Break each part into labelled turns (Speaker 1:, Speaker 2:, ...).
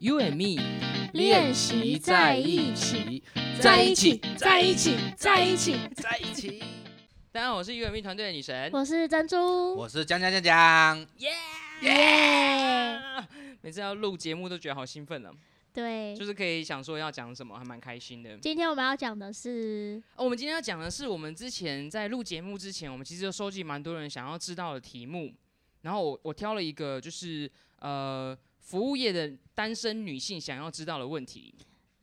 Speaker 1: You and me
Speaker 2: 练习在一起，
Speaker 1: 在一起，在一起，在一起，在一起。大家好，我是 You and me 团队的女神，
Speaker 2: 我是珍珠，
Speaker 3: 我是江江江江，
Speaker 1: 耶
Speaker 2: 耶，
Speaker 1: 每次要录节目都觉得好兴奋了，哦
Speaker 2: 对
Speaker 1: 就，是可以想说要讲什么，还蛮开心的。
Speaker 2: 今天我们要讲的是，
Speaker 1: 哦，我们今天要讲的是，我们之前在录节目之前，我们其实有收集蛮多人想要知道的题目，然后我我挑了一个，就是呃，服务业的单身女性想要知道的问题。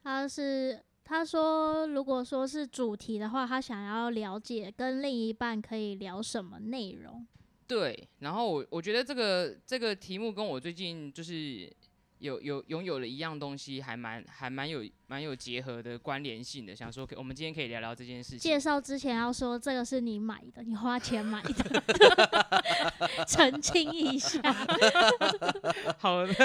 Speaker 2: 他是他说，如果说是主题的话，他想要了解跟另一半可以聊什么内容。
Speaker 1: 对，然后我我觉得这个这个题目跟我最近就是有有拥有了一样东西还，蛮还蛮有蛮有结合的关联性的，想说可我们今天可以聊聊这件事情
Speaker 2: 介。绍之前要说这个是你买的，你花钱买的，澄清一下。
Speaker 1: 好的，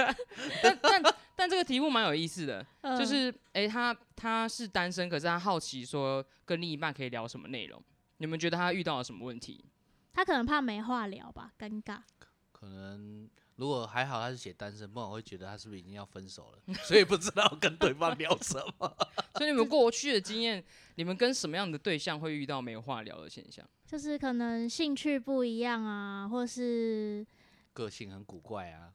Speaker 1: 但但但这个题目蛮有意思的，
Speaker 2: 呃
Speaker 1: 就是诶，他他是单身，可是他好奇说跟另一半可以聊什么内容？你们觉得他遇到了什么问题？
Speaker 2: 他可能怕没话聊吧，尴尬。
Speaker 3: 可能如果还好他是写单身，不然我会觉得他是不是已经要分手 了，所以不知道跟对方聊什么。
Speaker 1: 所以你们过去的经验，你们跟什么样的对象会遇到没有话聊的现象？
Speaker 2: 就是可能兴趣不一样啊，或是
Speaker 3: 个性很古怪啊，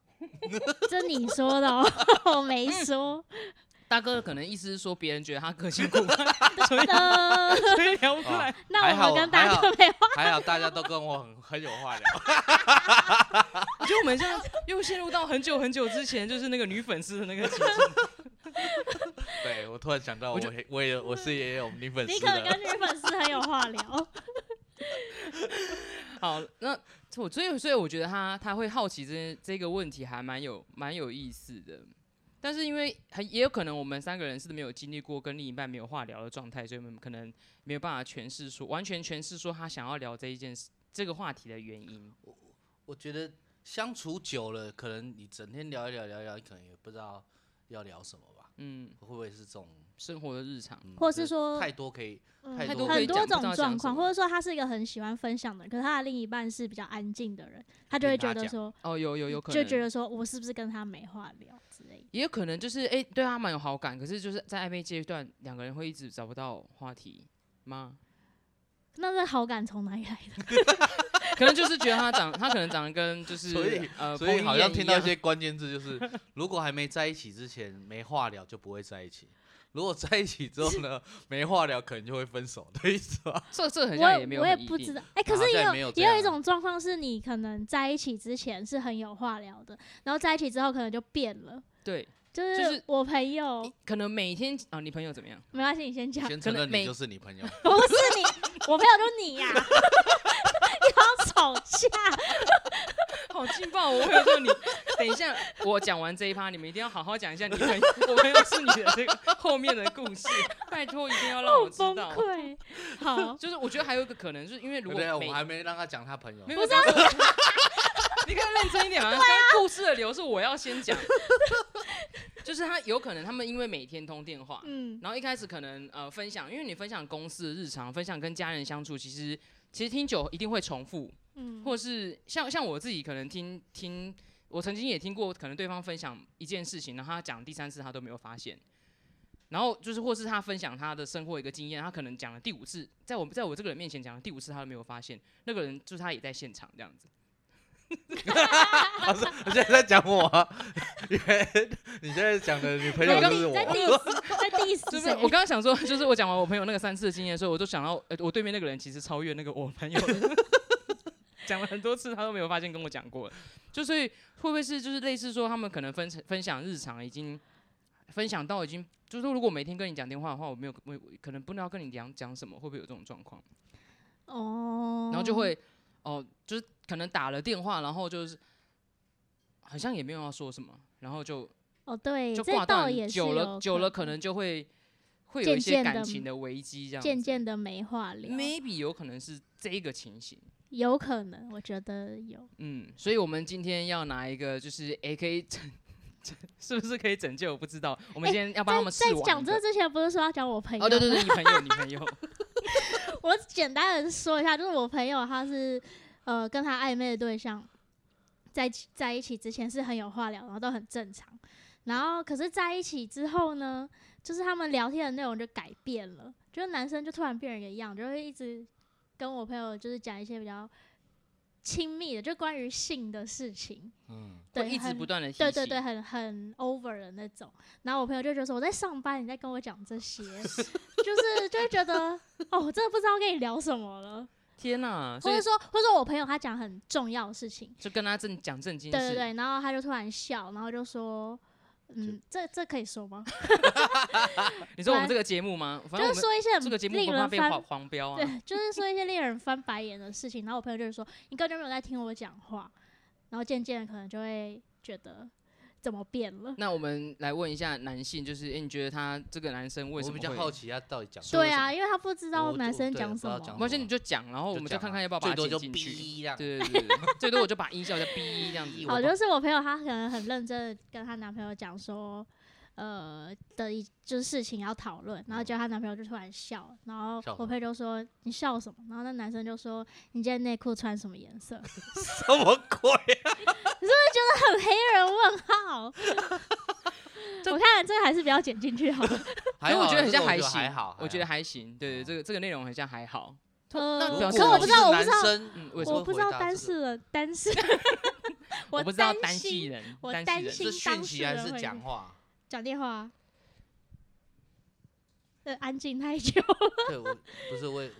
Speaker 2: 这你说的、哦， 我没说。
Speaker 1: 大哥可能意思是说别人觉得他个性古怪，所以
Speaker 2: 呃，
Speaker 1: 所以聊不来。
Speaker 2: 那
Speaker 3: 还
Speaker 2: 我
Speaker 3: 好
Speaker 2: 们跟大
Speaker 3: 还
Speaker 2: 家
Speaker 3: 好
Speaker 2: 没有
Speaker 3: 还好大家都跟我很很有话 聊。
Speaker 1: 我觉得我们现在又陷入到很久很久之前，就是那个女粉丝的那个情境。
Speaker 3: 对我突然想到我，
Speaker 1: 我
Speaker 3: 我
Speaker 1: 就
Speaker 3: 也我也有我是也有女粉
Speaker 2: 你
Speaker 3: 丝
Speaker 2: 可能
Speaker 3: 的，
Speaker 2: 跟女粉丝很有话 聊，
Speaker 1: 嗯好，那我所以所以我觉得他他会好奇这这个问题还蛮有蛮有意思的，但是因为很也有可能我们三个人是没有经历过跟另一半没有话聊的状态，所以我们可能没有办法诠释说完全诠释说他想要聊这一件事这个话题的原因。
Speaker 3: 我觉得相处久了，可能你整天聊一聊聊一聊，你可能也不知道要聊什么吧？
Speaker 1: 嗯，
Speaker 3: 会不会是这种？
Speaker 1: 生活的日常，
Speaker 3: 嗯
Speaker 2: 或是
Speaker 3: 就
Speaker 2: 说
Speaker 3: 太多可以
Speaker 2: 嗯
Speaker 3: 太多可
Speaker 2: 很
Speaker 3: 以
Speaker 2: 多
Speaker 1: 讲不知
Speaker 2: 种
Speaker 1: 道
Speaker 2: 状
Speaker 1: 讲什
Speaker 2: 况，
Speaker 1: 么
Speaker 2: 或者说他是一个很喜欢分享的人，可是他的另一半是比较安静的人，他就会觉
Speaker 3: 听他
Speaker 2: 得
Speaker 3: 讲
Speaker 2: 说，
Speaker 1: 哦，有有有可
Speaker 2: 就觉
Speaker 1: 能，
Speaker 2: 得说我是不是跟他没话聊之类的。
Speaker 1: 也有可能就是哎、对他蛮有好感，可是就是在暧昧阶段，两个人会一直找不到话题吗？
Speaker 2: 那这好感从哪里来的？
Speaker 1: 可能就是觉得他长，他可能长得跟就是
Speaker 3: 所以
Speaker 1: 呃，
Speaker 3: 所以
Speaker 1: 彭于
Speaker 3: 好
Speaker 1: 晏
Speaker 3: 像听到
Speaker 1: 样
Speaker 3: 一些关键字，就是 如果还没在一起之前没话聊，就不会在一起；如果在一起之后呢，没话聊，可能就会分手的意思 吧？
Speaker 1: 这这很
Speaker 2: 我
Speaker 1: 像也没有
Speaker 2: 我也
Speaker 1: 很一
Speaker 2: 不
Speaker 1: 定
Speaker 2: 知道。哎、可
Speaker 3: 好
Speaker 2: 是也
Speaker 3: 像也
Speaker 2: 有
Speaker 3: 没有这
Speaker 2: 也有
Speaker 3: 样
Speaker 2: 一
Speaker 3: 啊
Speaker 2: 种状况是你可能在一起之前是很有话聊的，然后在一起之后可能就变了。
Speaker 1: 对，
Speaker 2: 就
Speaker 1: 就是
Speaker 2: 是我朋友，
Speaker 1: 可能每天啊、你朋友怎么样？
Speaker 2: 没关系，你先讲。
Speaker 3: 先
Speaker 1: 可
Speaker 3: 承
Speaker 1: 能
Speaker 3: 认
Speaker 1: 每
Speaker 3: 你就是你 朋友，
Speaker 2: 不是你，我朋友就是你呀、 要吵架，
Speaker 1: 好劲爆！我朋友 说你，等一下我讲完这一趴，你们一定要好好讲一下你 朋友，我朋友是你的这个后面的故 事，拜托一定要让
Speaker 2: 好
Speaker 1: 我知
Speaker 2: 崩
Speaker 1: 道。
Speaker 2: 溃。好，
Speaker 1: 就是我觉得还有一个可能，就是因为如
Speaker 3: 对
Speaker 1: 果
Speaker 3: 不对？我
Speaker 1: 每
Speaker 3: 们还没让他讲他朋友
Speaker 1: 没，有，啊我知道 你可以认真一点嘛。刚刚故事的流是我要先 讲，就是他有可能他们因为每天通电话，
Speaker 2: 嗯，
Speaker 1: 然后一开始可能呃分享，因为你分享公司的日常，分享跟家人相处，其实其实听久一定会重复，
Speaker 2: 嗯
Speaker 1: 或是像像我自己可能听听，我曾经也听过，可能对方分享一件事情，然后他讲第三次他都没有发现，然后就是或是他分享他的生活一个经验，他可能讲了第五次，在我在我这个人面前讲了第五次他都没有发现，那个人就是他也在现场这样子，
Speaker 3: 他说我现在在讲我啊， 原来你现在讲的女朋友
Speaker 1: 我刚
Speaker 3: 就是
Speaker 2: 在
Speaker 3: 我，
Speaker 2: 第在第
Speaker 1: 就是
Speaker 2: 谁？
Speaker 1: 我刚刚想说， 就是我讲完我朋友那个三次的经验的时候，我就想到，呃，我对面那个人其实超越那个我朋友的，讲了很多次，他都没有发现跟我讲过，就所以会不会是就是类似说他们可能分分享日常已经分享到已经，就是说如果每天跟你讲电话的话，我没有我我可能不知道跟你讲讲什么，会不会有这种状况？
Speaker 2: 哦，
Speaker 1: 然后就会哦、就是可能打了电话，然后就是好像也没有要说什么，然后就
Speaker 2: 哦，对，
Speaker 1: 就
Speaker 2: 这
Speaker 1: 挂
Speaker 2: 倒
Speaker 1: 断
Speaker 2: 也，是
Speaker 1: 久了
Speaker 2: 有
Speaker 1: 久了可能就会会有
Speaker 2: 渐
Speaker 1: 一些
Speaker 2: 渐
Speaker 1: 感
Speaker 2: 地
Speaker 1: 情的危机，这样
Speaker 2: 渐
Speaker 1: 子
Speaker 2: 渐的没话聊，
Speaker 1: maybe 有可能是这一个情形。
Speaker 2: 有可能，我觉得有。
Speaker 1: 嗯，所以我们今天要拿一个就是诶可以 拯，是不是可以拯救？我不知道。我们今天要帮他们试
Speaker 2: 哎在
Speaker 1: 完
Speaker 2: 讲
Speaker 1: 一
Speaker 2: 这
Speaker 1: 个
Speaker 2: 之前，不是说要讲我朋友？
Speaker 1: 哦，对对对，你朋友，你 朋友，
Speaker 2: 我简单的说一下，就是我朋友他是呃跟他暧昧的对象在在一起之前是很有话聊，然后都很正常。然后可是在一起之后呢，就是他们聊天的内容就改变了，就是男生就突然变了一个样，就会一直跟我朋友就是讲一些比较亲密的，就关于性的事情。
Speaker 3: 嗯，
Speaker 1: 会
Speaker 2: 对，
Speaker 1: 一直
Speaker 2: 很
Speaker 1: 不断的
Speaker 2: 对对对，，很很 over 的那种。然后我朋友就觉得说我在上班，你在跟我讲这些，就是就会觉得哦，我真的不知道跟你聊什么了，
Speaker 1: 天哪！
Speaker 2: 或
Speaker 1: 所以
Speaker 2: 者说或者说我朋友他讲很重要的事情，
Speaker 1: 就跟他正讲正经
Speaker 2: 对对
Speaker 1: 事，
Speaker 2: 对，然后他就突然笑，然后就说。嗯，这这可以说吗？
Speaker 1: 你说我们这个节目吗？反正
Speaker 2: 就
Speaker 1: 我
Speaker 2: 是
Speaker 1: 们
Speaker 2: 说一些
Speaker 1: 这个节
Speaker 2: 很
Speaker 1: 目
Speaker 2: 令
Speaker 1: 不怕
Speaker 2: 人
Speaker 1: 被
Speaker 2: 翻
Speaker 1: 黄黄标啊。
Speaker 2: 对，就是说一些令人翻白眼的事情。然后我朋友就是说，你根本就没有在听我讲话。然后渐渐的，可能就会觉得怎么变了？
Speaker 1: 那我们来问一下男性，就是哎、诶你觉得他这个男生为什
Speaker 3: 我
Speaker 1: 么
Speaker 3: 比较
Speaker 1: 会
Speaker 3: 好？奇他到底讲什么
Speaker 2: 对啊，因为他不知道
Speaker 3: 我
Speaker 2: 男
Speaker 3: 就
Speaker 2: 生
Speaker 3: 对
Speaker 2: 讲
Speaker 3: 不知
Speaker 2: 什
Speaker 3: 道
Speaker 2: 么，
Speaker 3: 讲什
Speaker 1: 没关系，
Speaker 3: 么
Speaker 1: 你就讲，然哦后我们
Speaker 3: 就
Speaker 1: 再
Speaker 3: 讲
Speaker 1: 看
Speaker 3: 啊
Speaker 1: 看要不要把
Speaker 3: 最
Speaker 1: 它
Speaker 3: 多
Speaker 1: 剪
Speaker 3: 就
Speaker 1: 进去。
Speaker 3: 逼这样。
Speaker 1: 对对对对，最多我就把音效再逼这样子。
Speaker 2: 哦，就是我朋友她可能很认真的跟她男朋友讲说，呃的一就是事情要讨论，然后结果她男朋友就突然笑，然后
Speaker 3: 嗯笑什
Speaker 2: 我
Speaker 3: 么
Speaker 2: 朋友就说你笑什么？然后那男生就说你今天内裤穿什么颜色？
Speaker 3: 什么鬼啊？
Speaker 2: 很黑人问号。
Speaker 1: 这
Speaker 2: 我看这个还是不要剪进去好了。
Speaker 3: 啊
Speaker 1: 因为我觉得很像
Speaker 3: 还
Speaker 1: 行，
Speaker 3: 还好，
Speaker 1: 我觉得
Speaker 3: 还
Speaker 1: 还行。对对，
Speaker 3: 哦
Speaker 1: 这个这个内容很像还好。
Speaker 2: 呃
Speaker 1: 那
Speaker 3: 好。
Speaker 1: 表
Speaker 3: 如
Speaker 1: 示
Speaker 2: 可
Speaker 3: 果
Speaker 2: 我不知道，我不
Speaker 3: 是
Speaker 2: 知道
Speaker 3: 男，生
Speaker 1: 嗯，为什么？
Speaker 2: 我不知道
Speaker 3: 回答
Speaker 2: 单
Speaker 3: 这个
Speaker 2: 视人，单 视
Speaker 1: 我不知道单系
Speaker 2: 心
Speaker 1: 人，
Speaker 2: 我
Speaker 1: 系
Speaker 2: 担
Speaker 1: 人
Speaker 2: 心
Speaker 3: 是
Speaker 2: 当
Speaker 3: 讯
Speaker 2: 事
Speaker 3: 息还
Speaker 2: 人
Speaker 3: 是
Speaker 2: 会
Speaker 3: 讲话？
Speaker 2: 讲电话啊。呃，安静太久，
Speaker 3: 对我不是我也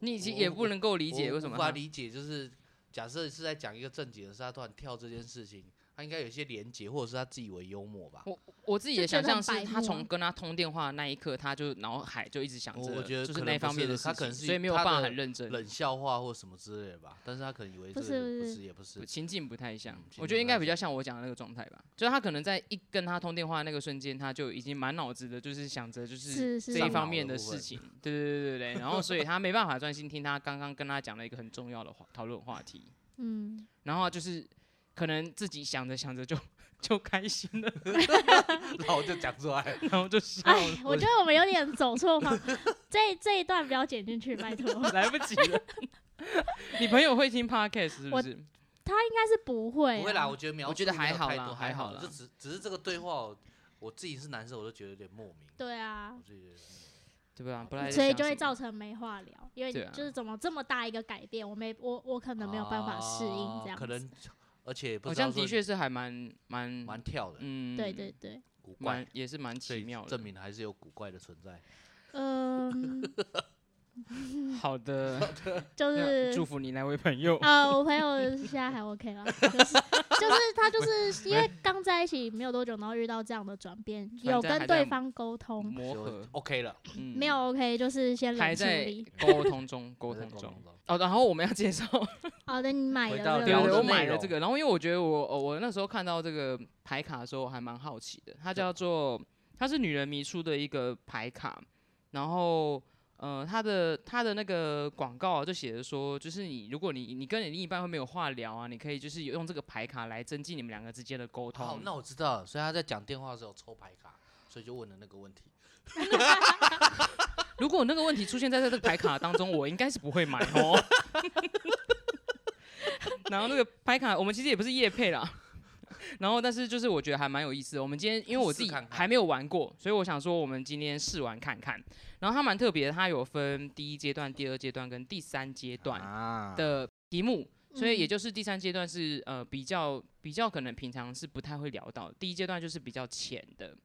Speaker 1: 你已经也不能够理解
Speaker 3: 我
Speaker 1: 为什么
Speaker 3: 无法
Speaker 1: 他。
Speaker 3: 理解，就是假设是在讲一个正经的事，他突然跳这件事情，他应该有一些连结，或者是他自以为幽默吧。
Speaker 1: 我我自己
Speaker 2: 就
Speaker 1: 的
Speaker 2: 觉
Speaker 1: 想
Speaker 2: 得
Speaker 1: 象
Speaker 2: 很
Speaker 1: 是，
Speaker 2: 白
Speaker 1: 他
Speaker 2: 目
Speaker 1: 从
Speaker 2: 啊
Speaker 1: 跟他通电话那一刻，他就脑海就一直想
Speaker 3: 我
Speaker 1: 着，
Speaker 3: 我觉得
Speaker 1: 就是
Speaker 3: 可
Speaker 1: 那
Speaker 3: 能
Speaker 1: 方
Speaker 3: 不
Speaker 1: 面
Speaker 3: 是
Speaker 1: 的事
Speaker 3: 他可能
Speaker 1: 情
Speaker 3: 是
Speaker 1: 所以没有
Speaker 3: 他
Speaker 1: 办法
Speaker 3: 的
Speaker 1: 很认真。
Speaker 3: 冷笑话或什么之类的吧，但是他可能以为
Speaker 2: 不
Speaker 3: 这
Speaker 2: 是
Speaker 3: 个
Speaker 2: 不
Speaker 3: 不
Speaker 2: 是
Speaker 3: 是也不是
Speaker 1: 不，情境不太像
Speaker 3: 嗯，情
Speaker 1: 我
Speaker 3: 境
Speaker 1: 觉得
Speaker 3: 不
Speaker 1: 应
Speaker 3: 太
Speaker 1: 该比较
Speaker 3: 像
Speaker 1: 像我讲的那个状态吧，就是他可能在一跟他通电话那个瞬间，他就已经满脑子的就是想着就是
Speaker 2: 是是
Speaker 1: 这一
Speaker 3: 上
Speaker 1: 方
Speaker 3: 脑
Speaker 1: 面
Speaker 3: 的
Speaker 1: 的
Speaker 3: 部
Speaker 1: 事
Speaker 3: 分
Speaker 1: 情，对对对对对，然后所以他没办法专心听他刚刚跟他讲了一个很重要的话讨论话题，
Speaker 2: 嗯，
Speaker 1: 然后就是可能自己想着想着就就开心了，
Speaker 3: 然后我就讲出来，
Speaker 1: 然后就笑
Speaker 2: 哎
Speaker 1: 了，，
Speaker 2: 我觉得我们有点走 错方，这这一段不要剪进去，拜托。应
Speaker 1: 来不及了。 你朋友会听 podcast 是不
Speaker 2: 我
Speaker 1: 是？
Speaker 2: 该是不会啊，
Speaker 3: 不会啦，我觉得描
Speaker 1: 我
Speaker 3: 述
Speaker 1: 觉得
Speaker 3: 没有
Speaker 1: 还好
Speaker 3: 太
Speaker 1: 啦
Speaker 3: 多
Speaker 1: 还
Speaker 3: 还
Speaker 1: 好
Speaker 3: 啦
Speaker 1: 啦
Speaker 3: 就只只是这个对话我，我自己是男生，我都觉得有点莫名。
Speaker 2: 对啊
Speaker 3: 我，自己觉得有点莫名
Speaker 1: 对吧？不然在
Speaker 2: 所以
Speaker 1: 想
Speaker 2: 就
Speaker 1: 什
Speaker 2: 会
Speaker 1: 么
Speaker 2: 造成没话聊，因为
Speaker 1: 对
Speaker 2: 你
Speaker 1: 啊
Speaker 2: 就是怎么这么大一个改变，我没我我可能没有办法适应
Speaker 3: 啊
Speaker 2: 这样
Speaker 3: 可
Speaker 2: 子。
Speaker 3: 能而且不
Speaker 1: 好
Speaker 3: 知道
Speaker 1: 像的
Speaker 3: 说
Speaker 1: 确是还蛮蛮
Speaker 3: 蛮跳的，
Speaker 1: 嗯，
Speaker 2: 对对对，
Speaker 3: 古怪
Speaker 1: 蛮，也是蛮
Speaker 3: 所
Speaker 1: 奇
Speaker 3: 以
Speaker 1: 妙的
Speaker 3: 证。明还是有古怪的存在。
Speaker 2: 嗯，
Speaker 1: 好的，
Speaker 2: 就
Speaker 1: 那
Speaker 2: 嗯是
Speaker 1: 祝福你那位朋友。
Speaker 2: 啊，我朋友现在还 OK 了，就是就是他就是因为刚在一起没有多久，然后遇到这样的转变，
Speaker 1: 突然
Speaker 2: 有
Speaker 1: 间还
Speaker 2: 跟
Speaker 1: 在嗯
Speaker 2: 对方沟通，
Speaker 1: 磨
Speaker 3: 就
Speaker 1: 合
Speaker 3: OK 了，
Speaker 1: 嗯
Speaker 2: 没有 OK 就是先
Speaker 1: 还
Speaker 2: 冷处
Speaker 1: 在
Speaker 2: 理。
Speaker 1: 沟通 中，沟
Speaker 3: 我在
Speaker 1: 通
Speaker 3: 沟
Speaker 1: 中
Speaker 3: 通。中
Speaker 1: 哦，然后我们要介绍，
Speaker 2: 好的，哦你买
Speaker 3: 回
Speaker 2: 的
Speaker 3: 到
Speaker 2: 这
Speaker 1: 对
Speaker 2: 个
Speaker 1: 对
Speaker 3: 聊
Speaker 1: 对，
Speaker 3: 的
Speaker 1: 我
Speaker 3: 内
Speaker 1: 买了
Speaker 3: 容
Speaker 1: 这个，然后因为我觉得我哦我那时候看到这个牌卡的时候，我还蛮好奇的，它叫做它是女人迷出的一个牌卡，然后。呃，它的它的那个广告啊就写着说，就是你如果你你跟你另一半会没有话聊啊，你可以就是用这个牌卡来增进你们两个之间的沟通。
Speaker 3: 好，哦那我知道了，所以他在讲电话的时候抽牌卡，所以就问了那个问题。
Speaker 1: 如果那个问题出现在这个牌卡当中，我应该是不会买哦。 然后那个牌卡，我们其实也不是业配啦。然后，但是就是我觉得还蛮有意思的。我们今天因为我自己
Speaker 3: 试看看
Speaker 1: 还没有玩过，所以我想说我们今天试玩看看。然后它蛮特别的，它有分第一阶段、第二阶段跟第三阶段
Speaker 3: 啊，
Speaker 1: 的题目，所以也
Speaker 2: 嗯
Speaker 1: 就是第三阶段是呃比较比较可能平常是不太会聊到的。第一阶段就是比较浅的，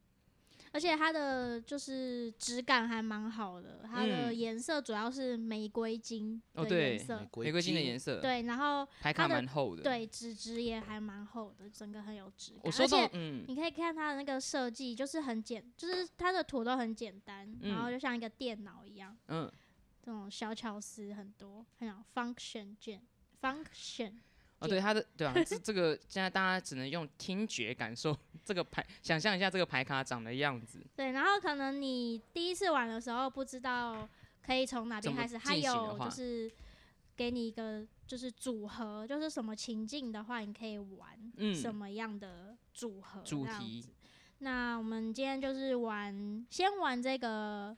Speaker 2: 而且它的就是质感还蛮好的，它的
Speaker 1: 嗯
Speaker 2: 颜色主要是玫瑰金
Speaker 1: 哦
Speaker 2: 的
Speaker 1: 对
Speaker 2: 颜色，
Speaker 1: 玫瑰金的颜
Speaker 3: 色，
Speaker 1: 色，
Speaker 2: 对，然后
Speaker 1: 牌卡
Speaker 2: 它的
Speaker 1: 蛮厚的。，
Speaker 2: 对纸质也还蛮厚的，整个很有质感，
Speaker 1: 我
Speaker 2: 而
Speaker 1: 收到
Speaker 2: 且，
Speaker 1: 嗯，
Speaker 2: 你可以看它的那个设计，就是很简，就是它的图都很简单，然后
Speaker 1: 嗯
Speaker 2: 就像一个电脑一样，
Speaker 1: 嗯，
Speaker 2: 这种小巧思很多，很有 function 键，function
Speaker 1: 哦，
Speaker 2: 解
Speaker 1: 对，它的对啊，这这个现在大家只能用听觉感受这个牌，想象一下这个牌卡长的样子，
Speaker 2: 对，然后可能你第一次玩的时候不知道可以从哪
Speaker 1: 怎
Speaker 2: 边
Speaker 1: 么
Speaker 2: 开始，还
Speaker 1: 进行的
Speaker 2: 有
Speaker 1: 话
Speaker 2: 就是给你一个就是组合，就是什么情境的话，你可以玩什
Speaker 1: 嗯，
Speaker 2: 么样的组合、
Speaker 1: 主
Speaker 2: 这样
Speaker 1: 题
Speaker 2: 子那我们今天就是玩，先玩这个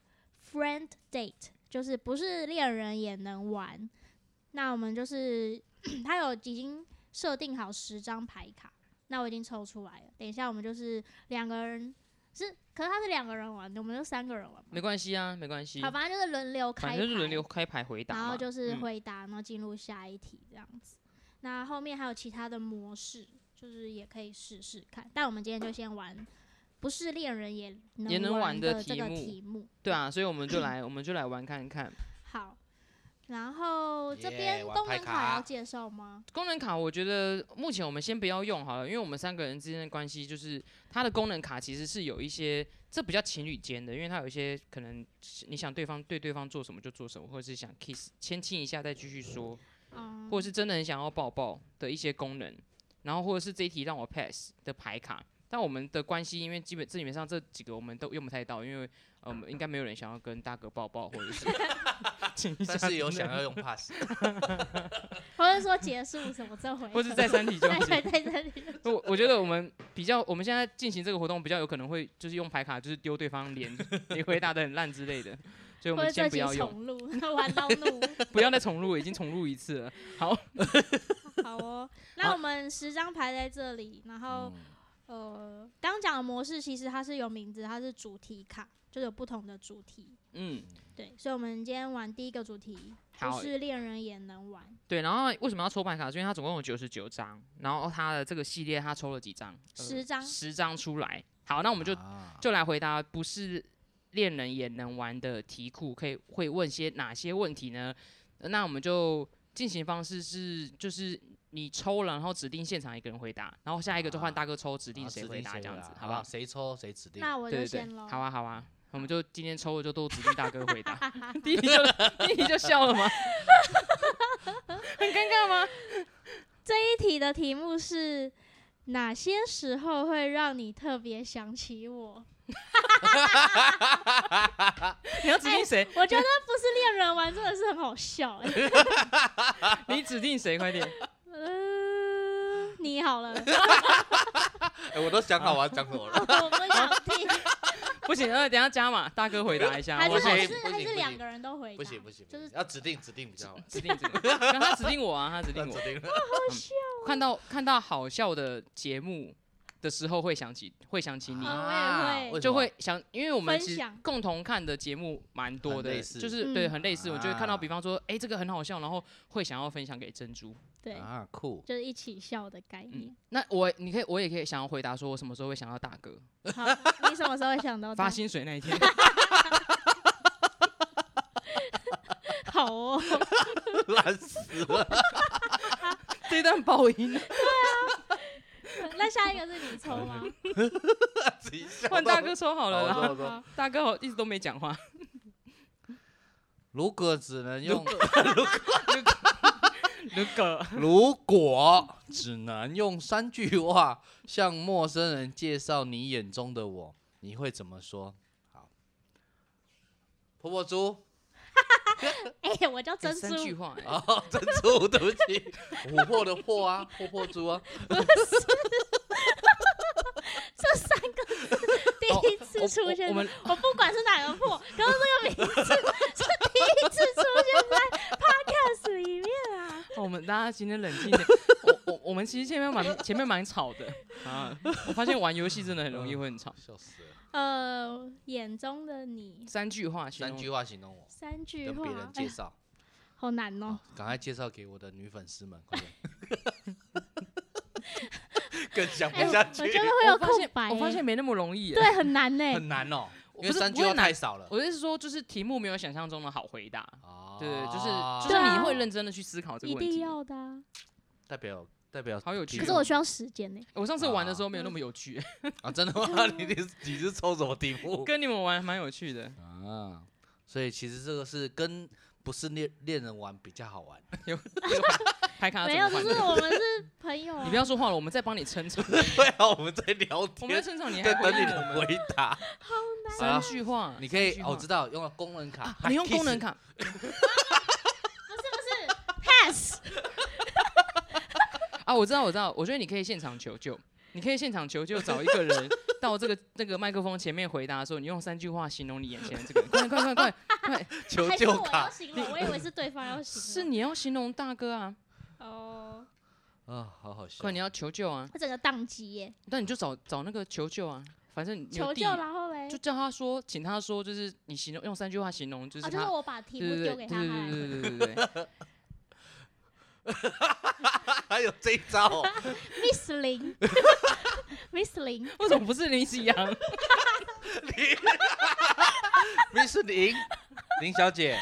Speaker 2: friend date，就是不是恋人也能玩。 那我们就是它有已经设定好十张牌卡，那我已经抽出来了。等一下我们就是两个人，是，可是他是两个人玩的，我们就三个人玩嘛。
Speaker 1: 没关系啊，没关系，
Speaker 2: 好，反正就是轮流开
Speaker 1: 反
Speaker 2: 牌，
Speaker 1: 正就是轮流开牌回答嘛。
Speaker 2: 然后就是
Speaker 1: 嗯
Speaker 2: 回答，然后进入下一题这样子。那后面还有其他的模式，就是也可以试试看。但我们今天就先玩，不是恋人也能
Speaker 1: 也能玩的
Speaker 2: 的这
Speaker 1: 题
Speaker 2: 个
Speaker 1: 目
Speaker 2: 题目。
Speaker 1: 对啊，所以我们就来，我们就来玩看看。
Speaker 2: 好，然后这
Speaker 3: 耶
Speaker 2: 边
Speaker 3: 玩
Speaker 2: 功
Speaker 3: 牌
Speaker 2: 能卡要
Speaker 3: 卡
Speaker 2: 介绍吗？
Speaker 1: 功能卡，我觉得目前我们先不要用好了，因为我们三个人之间的关系就是它的功能卡其实是有一些，这比较情侣间的，因为它有一些可能你想对方对对方做什么就做什么，或者是想 kiss 先亲一下再继续说，
Speaker 2: 嗯，
Speaker 1: 或者是真的很想要抱抱的一些功能，然后或者是这一题让我 pass 的牌卡。但我们的关系，因为基本基本上这几个我们都用不太到，因为呃我们应该没有人想要跟大哥抱抱，或者是亲一下
Speaker 3: 但
Speaker 1: 之类的，
Speaker 3: 是 有想要用 pass，
Speaker 2: 或者说结束什么这回合，
Speaker 1: 或是在 三体中
Speaker 2: 在
Speaker 1: 间
Speaker 2: 在在在
Speaker 1: 我我觉得我们比较，我们现在进行这个活动比较有可能会就是用牌卡，就是丢对方脸，你回答的很烂之类的，所以我
Speaker 2: 或者
Speaker 1: 们
Speaker 2: 这
Speaker 1: 先不
Speaker 2: 集
Speaker 1: 要用，
Speaker 2: 重录， 玩到怒。
Speaker 1: 不要再重录，已经重录一次了。
Speaker 2: 好哦，
Speaker 1: 好嗯
Speaker 2: 那我们十张牌在这里，然后呃，刚讲的模式其实它是有名字，它是主题卡，就有不同的主题。
Speaker 1: 嗯，
Speaker 2: 对，所以我们今天玩第一个主题，不
Speaker 1: 好
Speaker 2: 是恋人也能玩，
Speaker 1: 对。然后为什么要抽牌卡？是因为它总共有九十九张，然后它的这个系列它抽了几张？呃
Speaker 2: 十张
Speaker 1: 十张出来。好，那我
Speaker 3: 我
Speaker 1: 们就就来回答不是恋人也能玩的题库，可以会问些哪些问题呢？呃那我们就进行方式是，就是你抽了，然后指定现场一个人回答，然后下一个就换大哥抽，啊指定谁回答这样子，好不好？
Speaker 3: 啊谁抽谁指定。
Speaker 2: 那我
Speaker 1: 对
Speaker 2: 就
Speaker 1: 对
Speaker 2: 先
Speaker 1: 对，
Speaker 2: 喽。
Speaker 1: 好啊好啊，我们就今天抽的就都指定大哥 回答。第一题就第一题就笑了吗？
Speaker 2: 这一题的题目是哪些时候会让你特别想起我？
Speaker 1: 你要指
Speaker 2: 哎
Speaker 1: 定谁？
Speaker 2: 我觉得不是恋人玩真的是很好笑哎、
Speaker 1: 你指定谁？快点！
Speaker 2: 呃你好 了，
Speaker 3: 哎，我都想好我要讲什 么了。
Speaker 2: 我不想听，
Speaker 1: 不行，呃，等一下加码，大哥回答一下。
Speaker 2: 还是
Speaker 1: 我
Speaker 3: 不行
Speaker 2: 还
Speaker 1: 先
Speaker 3: 不
Speaker 2: 是还
Speaker 3: 行不
Speaker 2: 是
Speaker 3: 行
Speaker 2: 两个人都回答，
Speaker 3: 不行不行，不
Speaker 2: 就是
Speaker 3: 行要指定指定比较好玩，
Speaker 1: 指定指定，然后他指定我啊，他指定
Speaker 3: 要
Speaker 1: 我
Speaker 3: 指。定了。
Speaker 1: 看到看到好笑的节目的时候，会想起会想起你，
Speaker 2: 哦我也会
Speaker 3: 啊
Speaker 1: 啊
Speaker 3: 为什
Speaker 1: 就
Speaker 3: 么
Speaker 1: 会想，因为我们
Speaker 2: 分
Speaker 1: 其实
Speaker 2: 享
Speaker 1: 共同看的节目蛮多
Speaker 3: 很
Speaker 1: 的，
Speaker 3: 类似
Speaker 1: 就是
Speaker 2: 嗯
Speaker 1: 对很类似。我就会看到，
Speaker 3: 啊
Speaker 1: 比方说，哎、这个很好笑，然后会想要分享给珍珠。
Speaker 2: 对，
Speaker 3: 啊酷，
Speaker 2: 就是一起笑的概念
Speaker 1: 嗯。，那我你可以，我也可以想要回答说，我什么时候会想到大哥
Speaker 2: 好，你什么时候会想 到
Speaker 1: 发
Speaker 2: 他？
Speaker 1: 薪水那一天？
Speaker 2: 好哦，
Speaker 3: 烂死了。
Speaker 1: 这段爆音，
Speaker 2: 那下一个是你抽吗？
Speaker 1: 嗯
Speaker 3: 自己笑
Speaker 1: 换
Speaker 3: 到
Speaker 1: 大哥说好了，然后
Speaker 3: 好我说我
Speaker 2: 好
Speaker 3: 说，
Speaker 1: 大哥好一直都没讲话，
Speaker 3: 如果只能 用，
Speaker 1: 如果
Speaker 3: 如果只能用三句话向陌生人介绍你眼中的我， 你会怎么说？好，婆婆猪，
Speaker 2: 哎、我叫珍
Speaker 1: 三句
Speaker 2: 珠，
Speaker 1: 话、哎
Speaker 3: 哦，珍珠，对不起， 琥珀的珀啊，婆婆猪啊，
Speaker 2: 这三个字第一次出
Speaker 1: 我
Speaker 2: 现
Speaker 1: 哦我
Speaker 2: 在
Speaker 1: 们
Speaker 2: 我不管是哪个破， 可是这个名字是第一次出现在 podcast 里面啊！
Speaker 1: 哦我们大家今天冷静 一点。我我我们其实前面蛮前面蛮吵 的啊，我发现玩游戏真的很容易
Speaker 3: 嗯
Speaker 1: 会很吵。
Speaker 3: 笑死了。
Speaker 2: 呃，眼中的你，
Speaker 1: 三句话形
Speaker 3: 三
Speaker 1: 容，
Speaker 3: 句话形容我，
Speaker 2: 三句
Speaker 3: 跟别
Speaker 2: 话
Speaker 3: 人，
Speaker 2: 哎
Speaker 3: 介
Speaker 2: 呀，
Speaker 3: 绍，
Speaker 2: 好难
Speaker 1: 哎
Speaker 2: 哦
Speaker 3: 好。赶快介绍给我的女粉丝们，快点。 更讲不
Speaker 2: 哎、我
Speaker 3: 下
Speaker 2: 我
Speaker 3: 去，
Speaker 2: 觉得会有
Speaker 1: 我发
Speaker 2: 空
Speaker 1: 现
Speaker 2: 白、欸
Speaker 1: 我发现没那么容易耶。
Speaker 2: 对，很难 呢、
Speaker 3: 很难哦，
Speaker 1: 我
Speaker 3: 因为
Speaker 1: 不是
Speaker 3: 三句
Speaker 1: 不会
Speaker 3: 话
Speaker 1: 难
Speaker 3: 太少了。
Speaker 1: 我的意思说，就是题目没有想象中的好回答。
Speaker 3: 哦
Speaker 1: 对，就是就
Speaker 2: 对
Speaker 1: 是
Speaker 2: 啊
Speaker 1: 你会认真的去思考这个
Speaker 2: 一
Speaker 1: 问题
Speaker 2: 定。要的、啊。
Speaker 3: 代表代表
Speaker 1: 好有趣哦
Speaker 2: 可
Speaker 1: 可
Speaker 2: 是
Speaker 1: 是
Speaker 2: 我
Speaker 1: 我
Speaker 2: 需要时间呢、
Speaker 1: 我上次玩的时候没有那
Speaker 2: 嗯
Speaker 1: 么有趣，
Speaker 3: 啊，真的 吗？你你是你是抽什么题目
Speaker 1: 跟你们玩蛮有趣的，
Speaker 3: 啊？所以其实这个是跟不是恋恋人玩比较好玩，
Speaker 1: 拍卡怎
Speaker 2: 没有，
Speaker 1: 么
Speaker 2: 就是
Speaker 1: 玩？
Speaker 2: 我们是朋友、啊。
Speaker 1: 你不要说话了，我们再帮你撑 场，
Speaker 3: 对啊，我们在聊
Speaker 1: 我们在啊
Speaker 3: 天，
Speaker 1: 撑场，你还
Speaker 3: 在等你
Speaker 1: 回
Speaker 3: 的
Speaker 1: 应我们
Speaker 3: 回答。
Speaker 1: 三句话，
Speaker 3: 你可以，
Speaker 1: 三句
Speaker 3: 哦啊
Speaker 1: 话啊
Speaker 3: 我知道，用了功能卡，
Speaker 1: 你用功能
Speaker 3: 卡，
Speaker 1: 卡，
Speaker 2: 不是不是 pass，
Speaker 1: 啊，我知道，我知道，我觉得你可以现场求救，你可以现场求救，找一个 人到这个那个麦克风前面回答的时候，你用三句话形容你眼前的这个人，快快快 快快，
Speaker 3: 求
Speaker 2: 还是
Speaker 3: 救
Speaker 2: 我要
Speaker 3: 卡
Speaker 2: 形容？我以为是对方要形
Speaker 1: 是
Speaker 2: 容。
Speaker 1: 你要形容大哥啊，
Speaker 2: 哦，
Speaker 3: 啊，好好笑
Speaker 1: 快，。你要求救啊！
Speaker 2: 他整个宕机耶，
Speaker 1: 那你就找找那个求救啊，反正你有
Speaker 2: 求
Speaker 1: 地
Speaker 2: 救，然后嘞，
Speaker 1: 就叫他说，请他说，就是你形容用三句话形容，就是
Speaker 2: 啊，就
Speaker 1: 他
Speaker 2: 是我把题
Speaker 1: 对
Speaker 2: 目
Speaker 1: 对对对
Speaker 2: 丢给他，他来
Speaker 1: 对对对对 对，
Speaker 3: 还有这一招哦，
Speaker 2: Miss 林 ，Miss 林，
Speaker 1: 为什么不是林夕阳？
Speaker 3: Miss 林林小姐，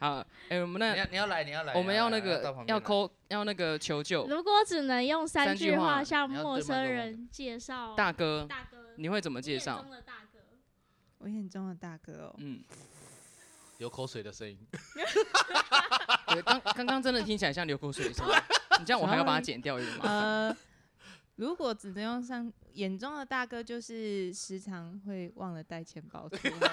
Speaker 1: 好，哎、我们
Speaker 3: 你
Speaker 1: 那
Speaker 3: 要你要来，你要来，
Speaker 1: 我们要
Speaker 3: 你
Speaker 1: 那
Speaker 3: 来到
Speaker 1: 个
Speaker 3: 旁边
Speaker 1: 要
Speaker 3: 来
Speaker 1: 抠要那个求救，
Speaker 2: 如果只能用
Speaker 1: 三
Speaker 2: 三
Speaker 1: 句
Speaker 2: 句
Speaker 1: 话
Speaker 2: 话向
Speaker 3: 你要
Speaker 2: 陌
Speaker 3: 对麦
Speaker 2: 生
Speaker 3: 克风
Speaker 2: 人介绍
Speaker 1: 大哥，
Speaker 2: 大哥，
Speaker 1: 你会怎么
Speaker 2: 我
Speaker 1: 介绍？
Speaker 2: 大 哥，
Speaker 4: 我眼中的大哥哦，
Speaker 1: 嗯，
Speaker 3: 有口水的声音，
Speaker 1: 对，刚刚刚真的听起来像流口水的声音，你这样我还要把它剪掉，有点麻烦。
Speaker 4: 呃，如果只能用上眼中的大哥，就是时常会忘了带钱包出来。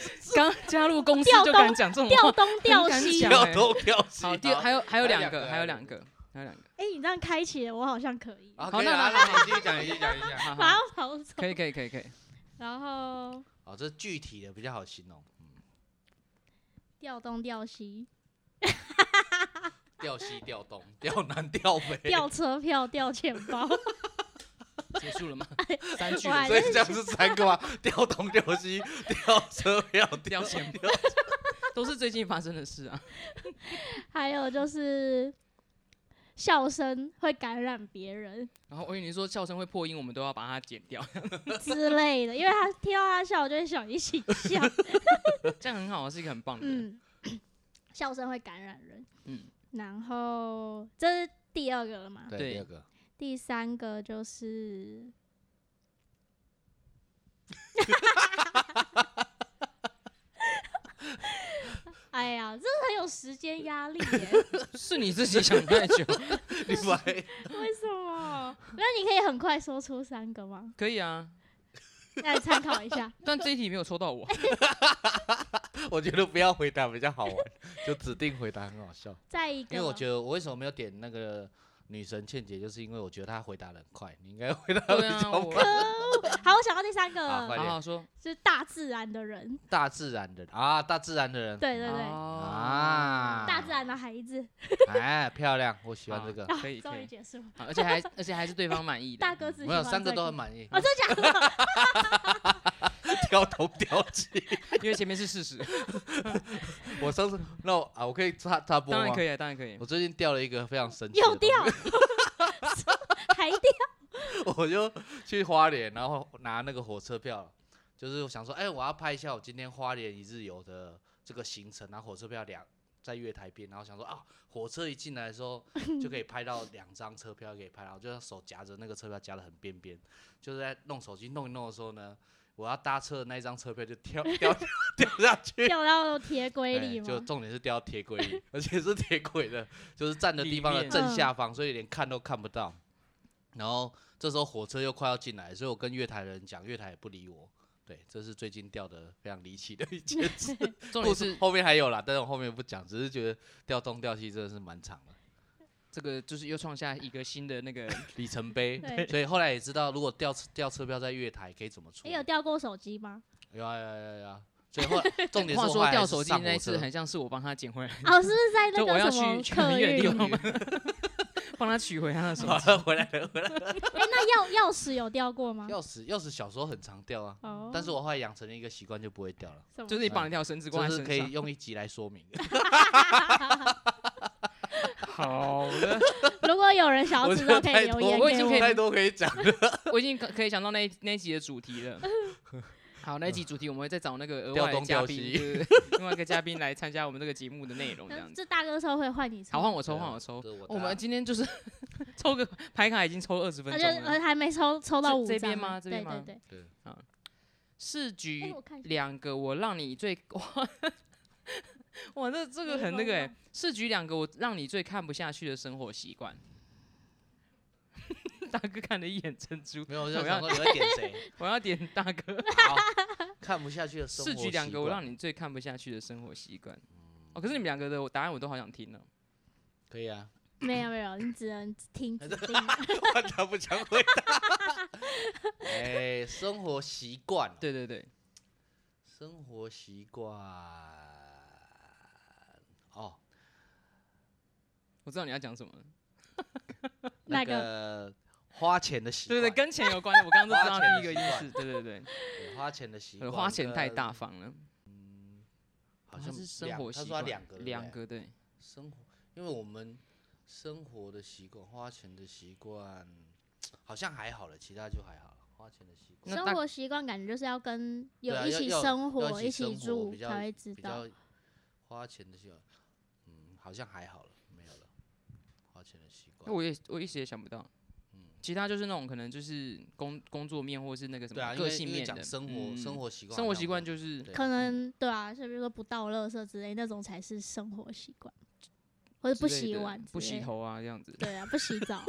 Speaker 1: 刚加入公司
Speaker 2: 调
Speaker 1: 就
Speaker 2: 动
Speaker 1: 敢讲这种
Speaker 2: 调
Speaker 1: 话。
Speaker 2: 东调
Speaker 1: 敢
Speaker 2: 西。
Speaker 1: 讲
Speaker 2: 哎、
Speaker 1: 欸
Speaker 3: 要偷票西。
Speaker 1: 好，第二还有还有
Speaker 3: 还有
Speaker 1: 两
Speaker 3: 两
Speaker 1: 个，
Speaker 3: 个
Speaker 1: 还有
Speaker 3: 还有
Speaker 1: 两
Speaker 3: 两
Speaker 1: 个，还有两个，
Speaker 2: 哎你这样开启了，我好像可以，
Speaker 3: 好，
Speaker 1: 好
Speaker 3: 可以
Speaker 1: 那
Speaker 3: 啦
Speaker 1: 那那
Speaker 3: 那你继续讲，你继续讲，你继续讲。
Speaker 1: 好
Speaker 2: 马
Speaker 1: 好
Speaker 2: 上，跑走。
Speaker 1: 可以可以可以可 以，
Speaker 2: 然后
Speaker 3: 哦，这具体的比较好形容，嗯，
Speaker 2: 调东调西，
Speaker 3: 调西调东，调南调北，
Speaker 2: 调车票，调钱包，
Speaker 1: 结束了吗？
Speaker 2: 哎
Speaker 1: 三句
Speaker 2: 我
Speaker 1: 了
Speaker 2: 还
Speaker 1: 是不
Speaker 3: 所以
Speaker 1: 是，
Speaker 3: 这样是三个吗？调东调西，调车 票，
Speaker 1: 调钱
Speaker 3: 包。
Speaker 1: 都是最近发生的事啊。
Speaker 2: 还有就是笑声会感染 别人
Speaker 1: 然后我以为你说笑声会破音，我们都要把它剪 掉，
Speaker 2: 之类的，因为他听到他笑，我就会想一起 笑。
Speaker 1: 这样很好，啊是一个很棒的。
Speaker 2: 嗯，笑声会感染人。
Speaker 1: 嗯
Speaker 2: 然后这是第二个了嘛？
Speaker 1: 对
Speaker 3: 对，第二 个，
Speaker 2: 第三 个就是 哎呀，真的很有时间压力 耶！
Speaker 1: 是你自己想太久，
Speaker 3: 你白
Speaker 2: 为什么？那你可以很快说出三个吗？
Speaker 1: 可以啊。
Speaker 2: 那你参考一下。
Speaker 1: 但这一题没有抽到 我，
Speaker 3: 我觉得不要回答比较好玩，就指定回答很好笑。
Speaker 2: 再一个，
Speaker 3: 因为我觉得我为什么没有点那个女神倩姐，就是因为我觉得她回答的很快，你应该回答得
Speaker 1: 对啊
Speaker 3: 比较
Speaker 1: 我
Speaker 3: 慢。
Speaker 2: 好，我想到第三个
Speaker 3: 好
Speaker 2: 了
Speaker 3: 快，
Speaker 1: 好好说。
Speaker 2: 就是大自然的人。
Speaker 3: 大自然的啊，大自然的人，
Speaker 2: 对对对，
Speaker 1: 啊
Speaker 3: 啊，
Speaker 2: 大自然的孩子。
Speaker 3: 哎，漂亮，我喜欢这个。
Speaker 1: 可以可
Speaker 2: 终于
Speaker 1: 以，
Speaker 2: 结束了，
Speaker 1: 好而且还而且还是对方满意的。
Speaker 2: 啊大哥自己
Speaker 3: 没有三个都很满意，
Speaker 2: 哦，真的 假的？
Speaker 3: 挑头挑气。
Speaker 1: 因为前面是事实，
Speaker 3: 我上次那我啊，我可以插插播
Speaker 1: 当然
Speaker 3: 吗
Speaker 1: 可？以啊，当然可以。
Speaker 3: 我最近钓了一个非常神奇，
Speaker 2: 又掉，， 还掉。
Speaker 3: 我就去花莲，然后拿那个火车票，就是我想说，哎、我要拍一下我今天花莲一日游的这个行程，然后火车票两在月台边，然后想说啊，火车一进来的时候就可以拍到两张车票可以拍到，就手夹着那个车票夹得很边边，就是在弄手机弄一弄的时候呢，我要搭车的那一张车票就跳掉 掉下去。
Speaker 2: 掉到铁轨
Speaker 3: 哎
Speaker 2: 里吗？
Speaker 3: 就重点是掉到铁轨里，而且是铁轨的，就是站的地方的
Speaker 1: 里面
Speaker 2: 嗯
Speaker 3: 正下方，所以连看都看不到。然后这时候火车又快要进来，所以我跟月台的人讲，月台也不理我。对，这是最近掉的非常离奇的一件 事。
Speaker 1: 重
Speaker 3: 故
Speaker 1: 点
Speaker 3: 事
Speaker 1: 是
Speaker 3: 后面还有啦，但是我后面不讲，只是觉得掉东掉西真的是蛮长的
Speaker 1: 这个就是又创下一个新的 那个，
Speaker 3: 里程碑。
Speaker 2: 对
Speaker 3: 所以后来也知道，如果掉掉车票在月台可以怎么处
Speaker 2: 你
Speaker 3: 理。
Speaker 2: 有掉过手机 吗？
Speaker 3: 有啊有啊有啊有啊。所以后 来重点是
Speaker 1: 话
Speaker 3: 我后
Speaker 1: 说
Speaker 3: 来
Speaker 1: 掉
Speaker 3: 还是
Speaker 1: 手机
Speaker 3: 上
Speaker 1: 那一
Speaker 3: 火
Speaker 1: 次，
Speaker 3: 车
Speaker 1: 很像是我帮他捡回来，
Speaker 2: 哦，是不是 在那
Speaker 1: 就我要
Speaker 2: 个什
Speaker 1: 去
Speaker 2: 么
Speaker 1: 去很
Speaker 2: 客
Speaker 1: 远的
Speaker 2: 运？
Speaker 1: 地
Speaker 2: 哎，
Speaker 1: 方， 帮他取回他的手机。
Speaker 3: 回来了回来了。
Speaker 2: 那钥钥匙有掉过吗？
Speaker 3: 钥匙钥匙小时候很常掉啊，
Speaker 2: 哦，
Speaker 3: 但是我后来养成了一个习惯，就不会掉了。
Speaker 2: 什 么
Speaker 1: 就是你 绑一条绳子挂
Speaker 3: 这
Speaker 1: 在
Speaker 3: 是
Speaker 1: 身
Speaker 3: 可以
Speaker 1: 上。
Speaker 3: 用一集来 说明的。
Speaker 1: 好的，
Speaker 2: 如果有人想要
Speaker 3: 我
Speaker 2: 知
Speaker 3: 觉
Speaker 2: 道，
Speaker 3: 得
Speaker 2: 可
Speaker 3: 太
Speaker 2: 以留
Speaker 3: 多
Speaker 2: 言
Speaker 1: 我已经可
Speaker 2: 给
Speaker 1: 以
Speaker 2: 我。嗯
Speaker 3: 太多可以讲了。
Speaker 1: 我已经可可以想到那一那一集的主题 了。好，那一集主题我们会再找那个额
Speaker 3: 调
Speaker 1: 外的
Speaker 3: 动
Speaker 1: 嘉
Speaker 3: 调
Speaker 1: 宾，
Speaker 3: 西
Speaker 1: 对对对另外一个嘉宾来参加我们这个节目的内容，这样
Speaker 2: 嗯
Speaker 1: 子。
Speaker 2: 这大哥说会换你抽，
Speaker 1: 好，换我抽，换我抽。
Speaker 3: 这是我
Speaker 1: 我们
Speaker 3: 的啊
Speaker 1: 今天就是 抽个牌卡已经抽了二十分
Speaker 2: 而且
Speaker 1: 钟
Speaker 2: 呃
Speaker 1: 了。
Speaker 2: 还没抽抽到
Speaker 1: 这
Speaker 2: 五
Speaker 1: 这
Speaker 2: 张
Speaker 1: 边
Speaker 2: 呢
Speaker 1: 吗这边
Speaker 2: 对
Speaker 1: 吗
Speaker 2: 对对，
Speaker 1: 市
Speaker 2: 哎，
Speaker 1: 局
Speaker 2: 我看一下
Speaker 1: 两个，我让你最哇哇，这这个很那个哎、
Speaker 2: 我也忘了
Speaker 1: 市局两个，我让你最看不下去的生活习惯。 大哥看了一眼珍珠，
Speaker 3: 没有，我
Speaker 1: 我
Speaker 3: 就
Speaker 1: 要
Speaker 3: 想说你会点谁？
Speaker 1: 我要点大哥。
Speaker 3: 好，看不下去的 生活
Speaker 1: 市局两
Speaker 3: 习
Speaker 1: 个，我
Speaker 3: 惯嗯
Speaker 1: 让你最看不下去的生活习惯。哦，可是你们两个的答案我都好想
Speaker 3: 哦
Speaker 1: 听呢、
Speaker 3: 可以啊，
Speaker 2: 没有没有，你只能听指 定。
Speaker 3: 我他不想回答。 哎，生活习惯哦，
Speaker 1: 对对对，
Speaker 3: 生活习惯哦，
Speaker 1: 我知道你要讲什么了，
Speaker 2: 那
Speaker 3: 个花钱的习
Speaker 1: 对对
Speaker 3: 惯，
Speaker 1: 对，跟钱有关的，我刚刚就知道
Speaker 3: 花钱的
Speaker 1: 第一个意思，对对对
Speaker 3: 对花钱的习
Speaker 1: 对，
Speaker 3: 惯，
Speaker 1: 花钱太
Speaker 3: 跟
Speaker 1: 大，方了，
Speaker 3: 好
Speaker 1: 它
Speaker 3: 像
Speaker 1: 是生
Speaker 3: 两
Speaker 1: 活
Speaker 3: 他
Speaker 1: 习
Speaker 3: 说他
Speaker 1: 惯，
Speaker 3: 两个，对不
Speaker 1: 两
Speaker 3: 对
Speaker 1: 个对，
Speaker 3: 生活，因为我们生活的习惯、花钱的习惯，好像还好了，其他就还好了。花钱的习惯
Speaker 1: 那
Speaker 2: 生
Speaker 1: 大
Speaker 2: 活习惯感觉就是要跟有
Speaker 3: 对啊
Speaker 2: 一
Speaker 3: 要
Speaker 2: 起
Speaker 3: 要
Speaker 2: 生活、
Speaker 3: 要一起生活
Speaker 2: 住
Speaker 3: 比较
Speaker 2: 才会知
Speaker 3: 比
Speaker 2: 道
Speaker 3: 较。花钱的习惯，嗯，好像还好了，没有了。花钱的习
Speaker 1: 那
Speaker 3: 惯，
Speaker 1: 我也我一时也想不到，
Speaker 3: 嗯
Speaker 1: 其他就是那种可能就是工工作面或是那个什
Speaker 3: 对啊，
Speaker 1: 么
Speaker 3: 因
Speaker 1: 个
Speaker 3: 为
Speaker 1: 性
Speaker 3: 因为
Speaker 1: 面
Speaker 3: 讲
Speaker 1: 的
Speaker 3: 生活、
Speaker 1: 嗯
Speaker 3: 生活习惯好像没有，
Speaker 1: 生活习惯就是
Speaker 3: 对
Speaker 2: 可
Speaker 3: 嗯
Speaker 2: 能对啊，是比如说不倒垃圾之类那种才是生活习惯，或者不
Speaker 1: 之类
Speaker 2: 洗
Speaker 1: 的
Speaker 2: 碗、
Speaker 1: 不洗，头啊这样 子，
Speaker 2: 对啊，不洗澡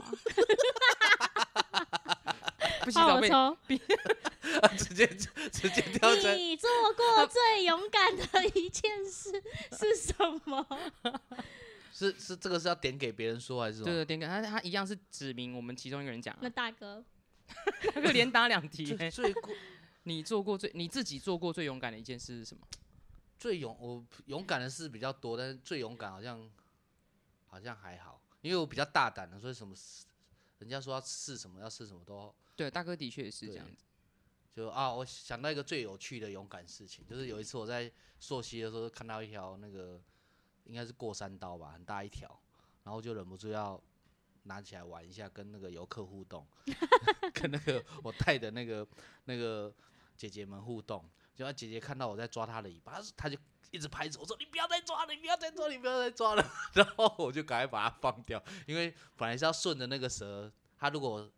Speaker 2: 啊，
Speaker 1: 不洗
Speaker 2: 好
Speaker 1: 澡被
Speaker 2: 抽。
Speaker 3: 直接直接掉 在
Speaker 2: 你做过最勇敢的一件事是什么？
Speaker 3: 是是这个是要点给别人说还是什
Speaker 1: 对
Speaker 3: 么？
Speaker 1: 对，点给他，他一样是指明我们其中一个人讲、
Speaker 2: 那
Speaker 1: 啊，
Speaker 2: 大哥，
Speaker 1: 他 就连打两 题、
Speaker 3: 最
Speaker 1: 欸。
Speaker 3: 最过
Speaker 1: 你做过最你自己做过最勇敢的一件事是什么？
Speaker 3: 最勇我勇敢的事比较多，但是最勇敢好像好像还好，因为我比较大胆的，所以什么事人家说要试什么要试什么都
Speaker 1: 对，大哥的确是这样
Speaker 3: 对
Speaker 1: 子。
Speaker 3: 就啊，我想到一个最有趣的勇敢事情，就是有一次我在溯溪的时候看到一条那个应该是过山刀吧，很大一条，然后就忍不住要拿起来玩一下，跟那个游客互动，跟那个我带的那个那个姐姐们互动。结果姐姐看到我在抓她的尾巴，她就一直拍着我说：“你不要再抓了，你不要再抓，你不要再抓了。” 然后我就赶快把它放掉，因为本来是要顺着那个蛇，它如果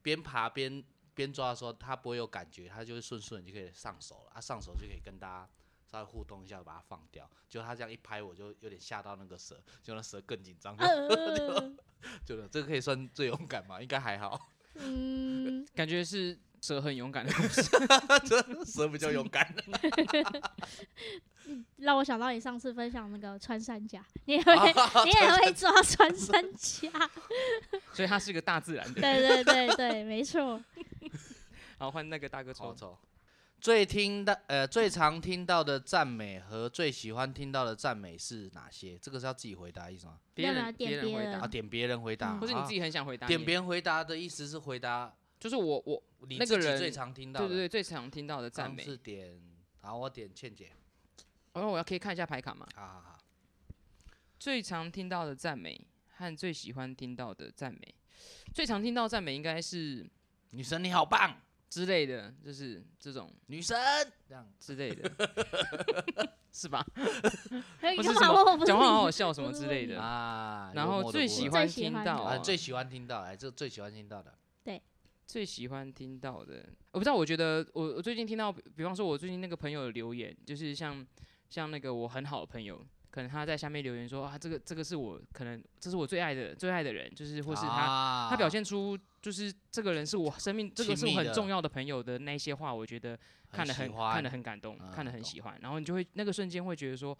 Speaker 3: 边爬边边抓的时候，它不会有感觉，它就会顺顺地就可以上手了。啊，上手就可以跟大家稍微互动一下，把它放掉。就它这样一拍，我就有点吓到那个蛇，就那蛇更紧张， 就
Speaker 2: 呃，
Speaker 3: 就这个可以算最勇敢嘛？应该还好，
Speaker 2: 嗯，
Speaker 1: 感觉是蛇很勇敢的 故事。
Speaker 3: 这蛇比较勇 敢。
Speaker 2: 让我想到你上次分享那个穿山 甲，你也会，你也会抓穿山甲，
Speaker 1: 所以他是个大自然的。
Speaker 2: 对对对对，没错。
Speaker 1: 好，换那个大哥
Speaker 3: 抽
Speaker 1: 抽。
Speaker 3: 抽。最听到呃最常听到的赞美和最喜欢听到的赞美是哪些？这个是要自己回答意思吗？
Speaker 1: 别
Speaker 2: 要不要
Speaker 1: 人
Speaker 2: 点
Speaker 1: 别人
Speaker 2: 别
Speaker 1: 回
Speaker 2: 人
Speaker 1: 答
Speaker 3: 啊，，点别人回答，
Speaker 2: 嗯
Speaker 1: 或是你
Speaker 3: 啊
Speaker 1: 自己很想回答你也，
Speaker 3: 点别人回答的意思是回答
Speaker 1: 就是我我
Speaker 3: 你
Speaker 1: 那个
Speaker 3: 自己
Speaker 1: 人
Speaker 3: 最常听到
Speaker 1: 对
Speaker 3: 的，
Speaker 1: 对对最常听到的赞
Speaker 3: 刚
Speaker 1: 美。
Speaker 3: 是点，好，我点倩姐，啊
Speaker 1: 哦，我要可以看一下牌卡吗？
Speaker 3: 好好好，
Speaker 1: 最常听到的赞美和最喜欢听到的赞美，最常听到赞美应该是
Speaker 3: 女神你好棒，
Speaker 1: 之类的，就是这种
Speaker 3: 女神这样，
Speaker 1: 之类的， 是吧？
Speaker 2: 哎
Speaker 1: 不
Speaker 2: 干
Speaker 1: 是什
Speaker 2: 嘛问我不
Speaker 1: 么
Speaker 2: 是
Speaker 1: 讲话好好
Speaker 2: 你
Speaker 1: 笑什么之类的。
Speaker 3: 啊，
Speaker 1: 然
Speaker 3: 幽
Speaker 1: 后
Speaker 3: 默的
Speaker 1: 最
Speaker 3: 部
Speaker 1: 喜
Speaker 3: 分
Speaker 1: 欢
Speaker 2: 最喜
Speaker 1: 听
Speaker 2: 欢
Speaker 1: 到
Speaker 2: 的
Speaker 3: 啊，
Speaker 1: 哦
Speaker 3: 最喜欢听到，哎，这最喜欢听到的，
Speaker 1: 最喜欢听到的，我不知道。我觉得我我最近听到，比方说，我最近那个朋友的留言，就是像像那个我很好的朋友，可能他在下面留言说啊，这个这个是我可能这是我最爱的最爱的人，就是或是他、
Speaker 3: 啊
Speaker 1: 他表现出就是这个人是我生命这个是我
Speaker 3: 亲密
Speaker 1: 很
Speaker 3: 的
Speaker 1: 重要的朋友的那一些话，我觉得看得
Speaker 3: 很
Speaker 1: 很
Speaker 3: 喜
Speaker 1: 看
Speaker 3: 欢
Speaker 1: 得很感动，看得
Speaker 3: 嗯
Speaker 1: 很
Speaker 3: 懂
Speaker 1: 喜欢，然后你就会那个瞬间会觉得说，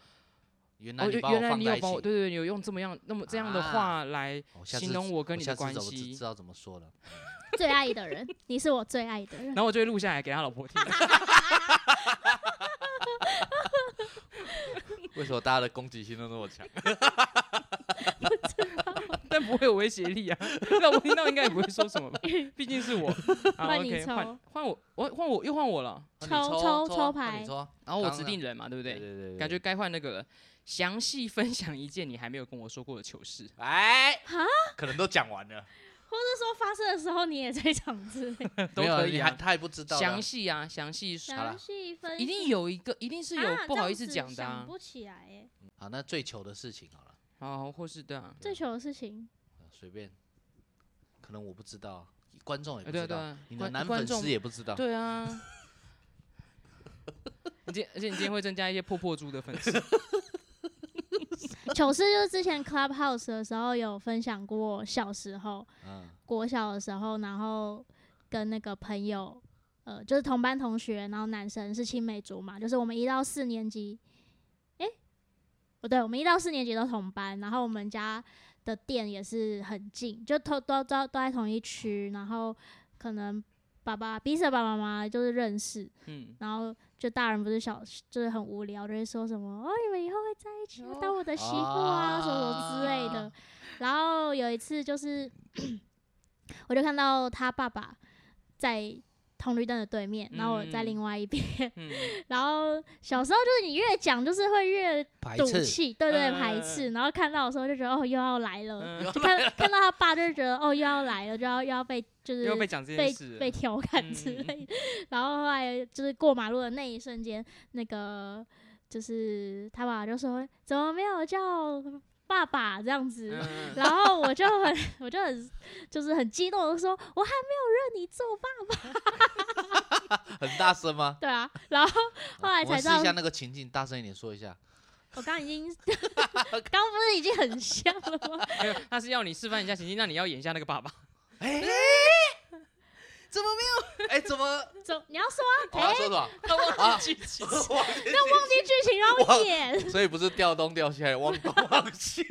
Speaker 3: 原来
Speaker 1: 哦，
Speaker 3: 你
Speaker 1: 原
Speaker 3: 把
Speaker 1: 原来
Speaker 3: 放
Speaker 1: 你有
Speaker 3: 在一
Speaker 1: 把我，
Speaker 3: 起，
Speaker 1: 对对，对，有用这么样那么这样的
Speaker 3: 啊
Speaker 1: 话来
Speaker 3: 我下次
Speaker 1: 形容我跟你
Speaker 3: 下
Speaker 1: 的
Speaker 3: 次
Speaker 1: 关
Speaker 3: 怎么知
Speaker 1: 系
Speaker 3: 知，道怎么说了，
Speaker 2: 最爱的人，你是我最爱的人
Speaker 1: 然。后我就会录下来给他老婆听。
Speaker 3: 为什么大家的攻击性都那 么强？哦
Speaker 1: 但不会有威胁力啊。 那我听到应该也不会说什么吧，毕竟是我。好
Speaker 2: 换你
Speaker 1: 啊，OK，
Speaker 2: 抽
Speaker 1: 换换我，我换我又换我了。
Speaker 3: 那你
Speaker 2: 抽
Speaker 3: 抽
Speaker 2: 抽抽
Speaker 3: 抽啊那
Speaker 2: 牌
Speaker 3: 你抽啊，
Speaker 1: 然后我
Speaker 3: 刚
Speaker 1: 指
Speaker 3: 呢
Speaker 1: 定人嘛，对不
Speaker 3: 对
Speaker 1: 对？
Speaker 3: 对对，
Speaker 1: 感觉该换那个了。详细分享一件你还没有跟我说过的糗事。
Speaker 3: 哎
Speaker 2: 哈，
Speaker 3: 可能都讲 完了，
Speaker 2: 或者说发生的时候你也在场之类。
Speaker 1: 都
Speaker 3: 没有
Speaker 1: 可
Speaker 3: 你
Speaker 1: 以啊
Speaker 3: 还他也不知道的啊
Speaker 1: 详，细啊，详细是
Speaker 3: 好啦
Speaker 2: 详细分
Speaker 1: 一定有一个，一定是有
Speaker 2: 啊
Speaker 1: 不
Speaker 2: 这
Speaker 1: 好
Speaker 2: 样
Speaker 1: 意思
Speaker 2: 子
Speaker 1: 讲的
Speaker 2: 想
Speaker 1: 啊。
Speaker 2: 不起来哎。
Speaker 3: 好，那最糗的事情好了，呃
Speaker 1: 好，或是对啊，
Speaker 2: 最糗的事情，
Speaker 3: 随便，可能我不知道，观众也
Speaker 1: 呃
Speaker 3: 不
Speaker 1: 对啊
Speaker 3: 知
Speaker 1: 对
Speaker 3: 道。
Speaker 1: 啊，
Speaker 3: 你的
Speaker 1: 观
Speaker 3: 男
Speaker 1: 观
Speaker 3: 粉
Speaker 1: 众
Speaker 3: 丝也不知道，
Speaker 1: 对啊。 你今而且你今天会增加一些破破猪的粉丝，
Speaker 2: 糗事就是之前 Clubhouse 的时候有分享过，小时候
Speaker 3: 嗯，
Speaker 2: 国小的时候，然后跟那个朋友，呃，就是同班同学，然后男生是青梅竹马，就是我们一到四年级，诶，不对，我们一到四年级都同班，然后我们家的店也是很近，就都都都都在同一区，然后可能爸爸彼此的爸爸妈妈就是认识，
Speaker 1: 嗯，
Speaker 2: 然后就大人不是小，就是很无聊，就会说什么哦，你们以后会在一起，要当我的媳妇啊，什么什么之类的。然后有一次就是， 我就看到他爸爸在红绿灯的对面，然后我在
Speaker 1: 嗯
Speaker 2: 另外一边。
Speaker 1: 嗯，
Speaker 2: 然后小时候就是你越讲，就是会越
Speaker 3: 排
Speaker 2: 赌
Speaker 3: 斥，
Speaker 2: 气，对对，
Speaker 1: 嗯
Speaker 2: 排斥。然后看到的时候就觉得哦，又要来了。
Speaker 1: 嗯
Speaker 2: 就看 看到他爸就觉得哦，又要来了，就要又要被就是
Speaker 1: 又被讲这件
Speaker 2: 被
Speaker 1: 事了，
Speaker 2: 被调侃之
Speaker 1: 嗯
Speaker 2: 类的。然后后来就是过马路的那一瞬间，那个就是他爸爸就说：“怎么没有叫爸爸？”这样子。
Speaker 1: 嗯
Speaker 2: 然后我就很，我就很，就是很激动，我就说我还没有认你做爸，
Speaker 3: 很大声吗？哦
Speaker 2: 对啊。然 后 后来
Speaker 3: 我们
Speaker 2: 才
Speaker 3: 试
Speaker 2: 知道
Speaker 3: 一下那个情境，大声一点说一下。
Speaker 2: 我刚刚已 经， 刚不是已经很像了吗？
Speaker 1: 没有，嗯 他是要你示范一下情境，那你要演一下那个爸爸。
Speaker 3: 哎，怎么没有？ 哎，怎么？
Speaker 2: 走，你要说啊，
Speaker 3: 我
Speaker 2: 哎、
Speaker 3: 要说 什么？
Speaker 1: 他忘记 剧情，
Speaker 3: 我忘记
Speaker 2: 那忘记剧情让我演。
Speaker 3: 所以不是掉东掉西，还忘 东忘西。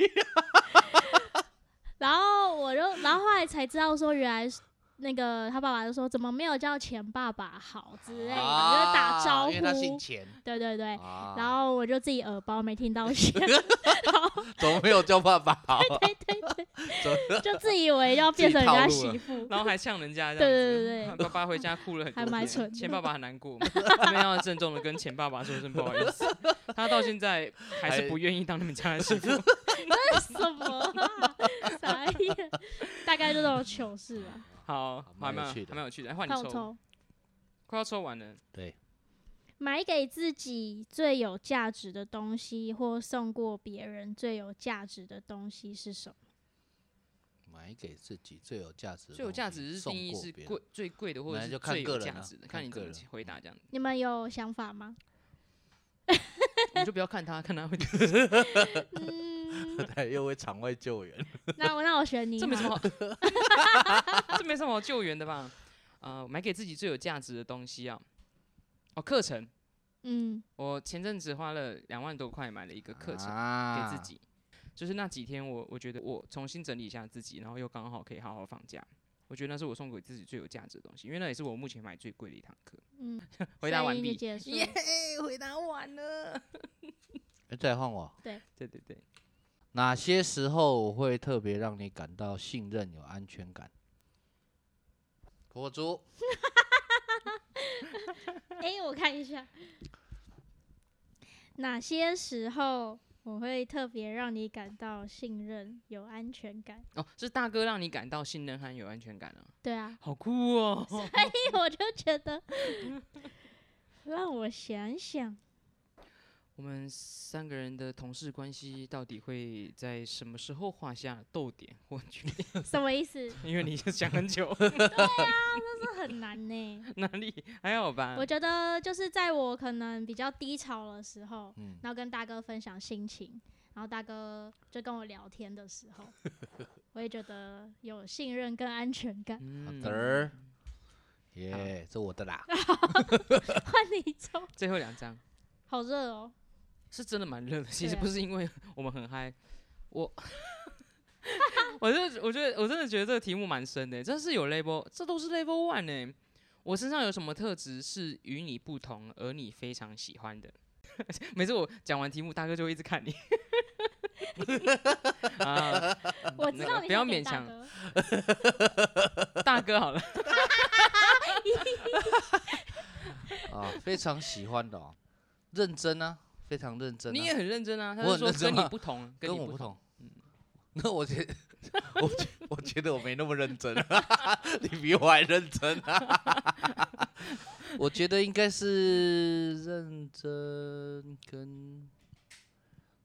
Speaker 2: 然后我就，然后后来才知道说，原来是那个他爸爸就说怎么没有叫钱爸爸好之类的，就是打招
Speaker 3: 啊因为他姓
Speaker 2: 呼。
Speaker 3: 钱。
Speaker 2: 对对对。
Speaker 1: 哦
Speaker 3: 啊
Speaker 2: 然后我就自己耳包没听到 线，
Speaker 3: 怎么没有叫爸啊爸好？
Speaker 2: 对对对，
Speaker 3: 怎么
Speaker 2: 就自以为要变成人家媳妇，
Speaker 1: 然后还呛人家这样子。
Speaker 2: 对对 对对
Speaker 1: 爸爸回家哭了很多
Speaker 2: 还蛮
Speaker 1: 天
Speaker 2: 蠢的
Speaker 1: 钱爸爸很难过，这边要郑重的跟钱爸爸说声不好意 思，他到现在还是不愿意当你们家的媳妇。
Speaker 2: 这是 什么、啊？傻眼，大概就这种糗事吧。
Speaker 1: 好，还
Speaker 3: 蛮
Speaker 1: 蛮
Speaker 3: 有趣的
Speaker 1: 还蛮有趣的。哎换
Speaker 2: 看我
Speaker 1: 你抽，
Speaker 2: 抽，
Speaker 1: 快要抽完了。
Speaker 3: 对，
Speaker 2: 买给自己最有价值的东西，或送过别人最有价值的东西是什么？
Speaker 3: 买给自己最有价值的东西，
Speaker 1: 最有价值是
Speaker 3: 送
Speaker 1: 定义
Speaker 3: 过
Speaker 1: 是
Speaker 3: 别人
Speaker 1: 贵最贵的，或者
Speaker 3: 那
Speaker 1: 是
Speaker 3: 就看
Speaker 1: 最
Speaker 3: 个
Speaker 1: 有
Speaker 3: 人
Speaker 1: 价
Speaker 3: 啊
Speaker 1: 值的，
Speaker 3: 看
Speaker 1: 看你怎
Speaker 3: 个
Speaker 1: 么
Speaker 3: 人
Speaker 1: 回答这样子。
Speaker 2: 你们有想法 吗？
Speaker 1: 我们就不要看他，看他会
Speaker 2: 嗯，
Speaker 3: 对，又会场外救援。
Speaker 2: 那我那我选你
Speaker 1: 这没什
Speaker 2: 好
Speaker 1: 么
Speaker 2: 了，
Speaker 1: 好， 这没什么好救援的吧？呃，买给自己最有价值的东西啊，哦，课程。
Speaker 2: 嗯，
Speaker 1: 我前阵子花了两万多块买了一个课程。
Speaker 3: 啊
Speaker 1: 给自己。就是那几天我，我觉得我重新整理一下自己，然后又刚好可以好好放假。我觉得那是我送给自己最有价值的东西，因为那也是我目前买最贵的一堂课。
Speaker 2: 嗯，
Speaker 1: 回答
Speaker 2: 所
Speaker 1: 完
Speaker 2: 以就
Speaker 1: 毕。
Speaker 2: 结束了。
Speaker 4: 回答完了。
Speaker 3: 哎，再换我。
Speaker 1: 对对对，
Speaker 3: 哪些时候会特别让你感到信任、有安全感？火烛，
Speaker 2: 哎、我看一下，哪些时候我会特别让你感到信任、有安全感？
Speaker 1: 哦，是大哥让你感到信任和有安全感啊，
Speaker 2: 对啊，
Speaker 1: 好酷哦！
Speaker 2: 嘿，我就觉得，让我 想想，
Speaker 1: 我们三个人的同事关系到底会在什么时候画下逗点或句点？
Speaker 2: 什么意思？
Speaker 1: 因为你想很 久，
Speaker 2: 这很难呢、
Speaker 1: 哪里还好吧
Speaker 2: 我？觉得就是在我可能比较低潮的时候，
Speaker 3: 嗯，
Speaker 2: 然后跟大哥分享心情，然后大哥就跟我聊天的时候，我也觉得有信任跟安全感。
Speaker 1: 嗯
Speaker 3: 好的儿，耶，这我的啦。
Speaker 2: 换你抽，
Speaker 1: 最后两张。
Speaker 2: 好 热哦！
Speaker 1: 是真的蛮热的。其实
Speaker 2: 对啊
Speaker 1: 不是因为 我们很嗨，我， 我是我觉得我真的觉得这个题目蛮深的，真是有 level，这都是 level one 呢。我身上有什么特质是与你不同而你非常喜欢的？ 每次我讲完题目，大哥就会一直看你。 啊，
Speaker 2: 我知
Speaker 1: 那
Speaker 2: 道
Speaker 1: 个
Speaker 2: 你
Speaker 1: 不要
Speaker 2: 想给
Speaker 1: 勉
Speaker 2: 大
Speaker 1: 强
Speaker 2: 哥
Speaker 1: 大哥好了，
Speaker 3: 啊，非常喜欢的哦，认真啊，非常认真、啊。
Speaker 1: 你也很认真啊。他
Speaker 3: 我
Speaker 1: 是
Speaker 3: 很
Speaker 1: 说
Speaker 3: 认真
Speaker 1: 跟你
Speaker 3: 吗
Speaker 1: 不同，
Speaker 3: 跟
Speaker 1: 你
Speaker 3: 我
Speaker 1: 不
Speaker 3: 不同，那 我觉我觉我觉得我没那么认真，啊 你比我还认真啊。 我觉得应该是认真跟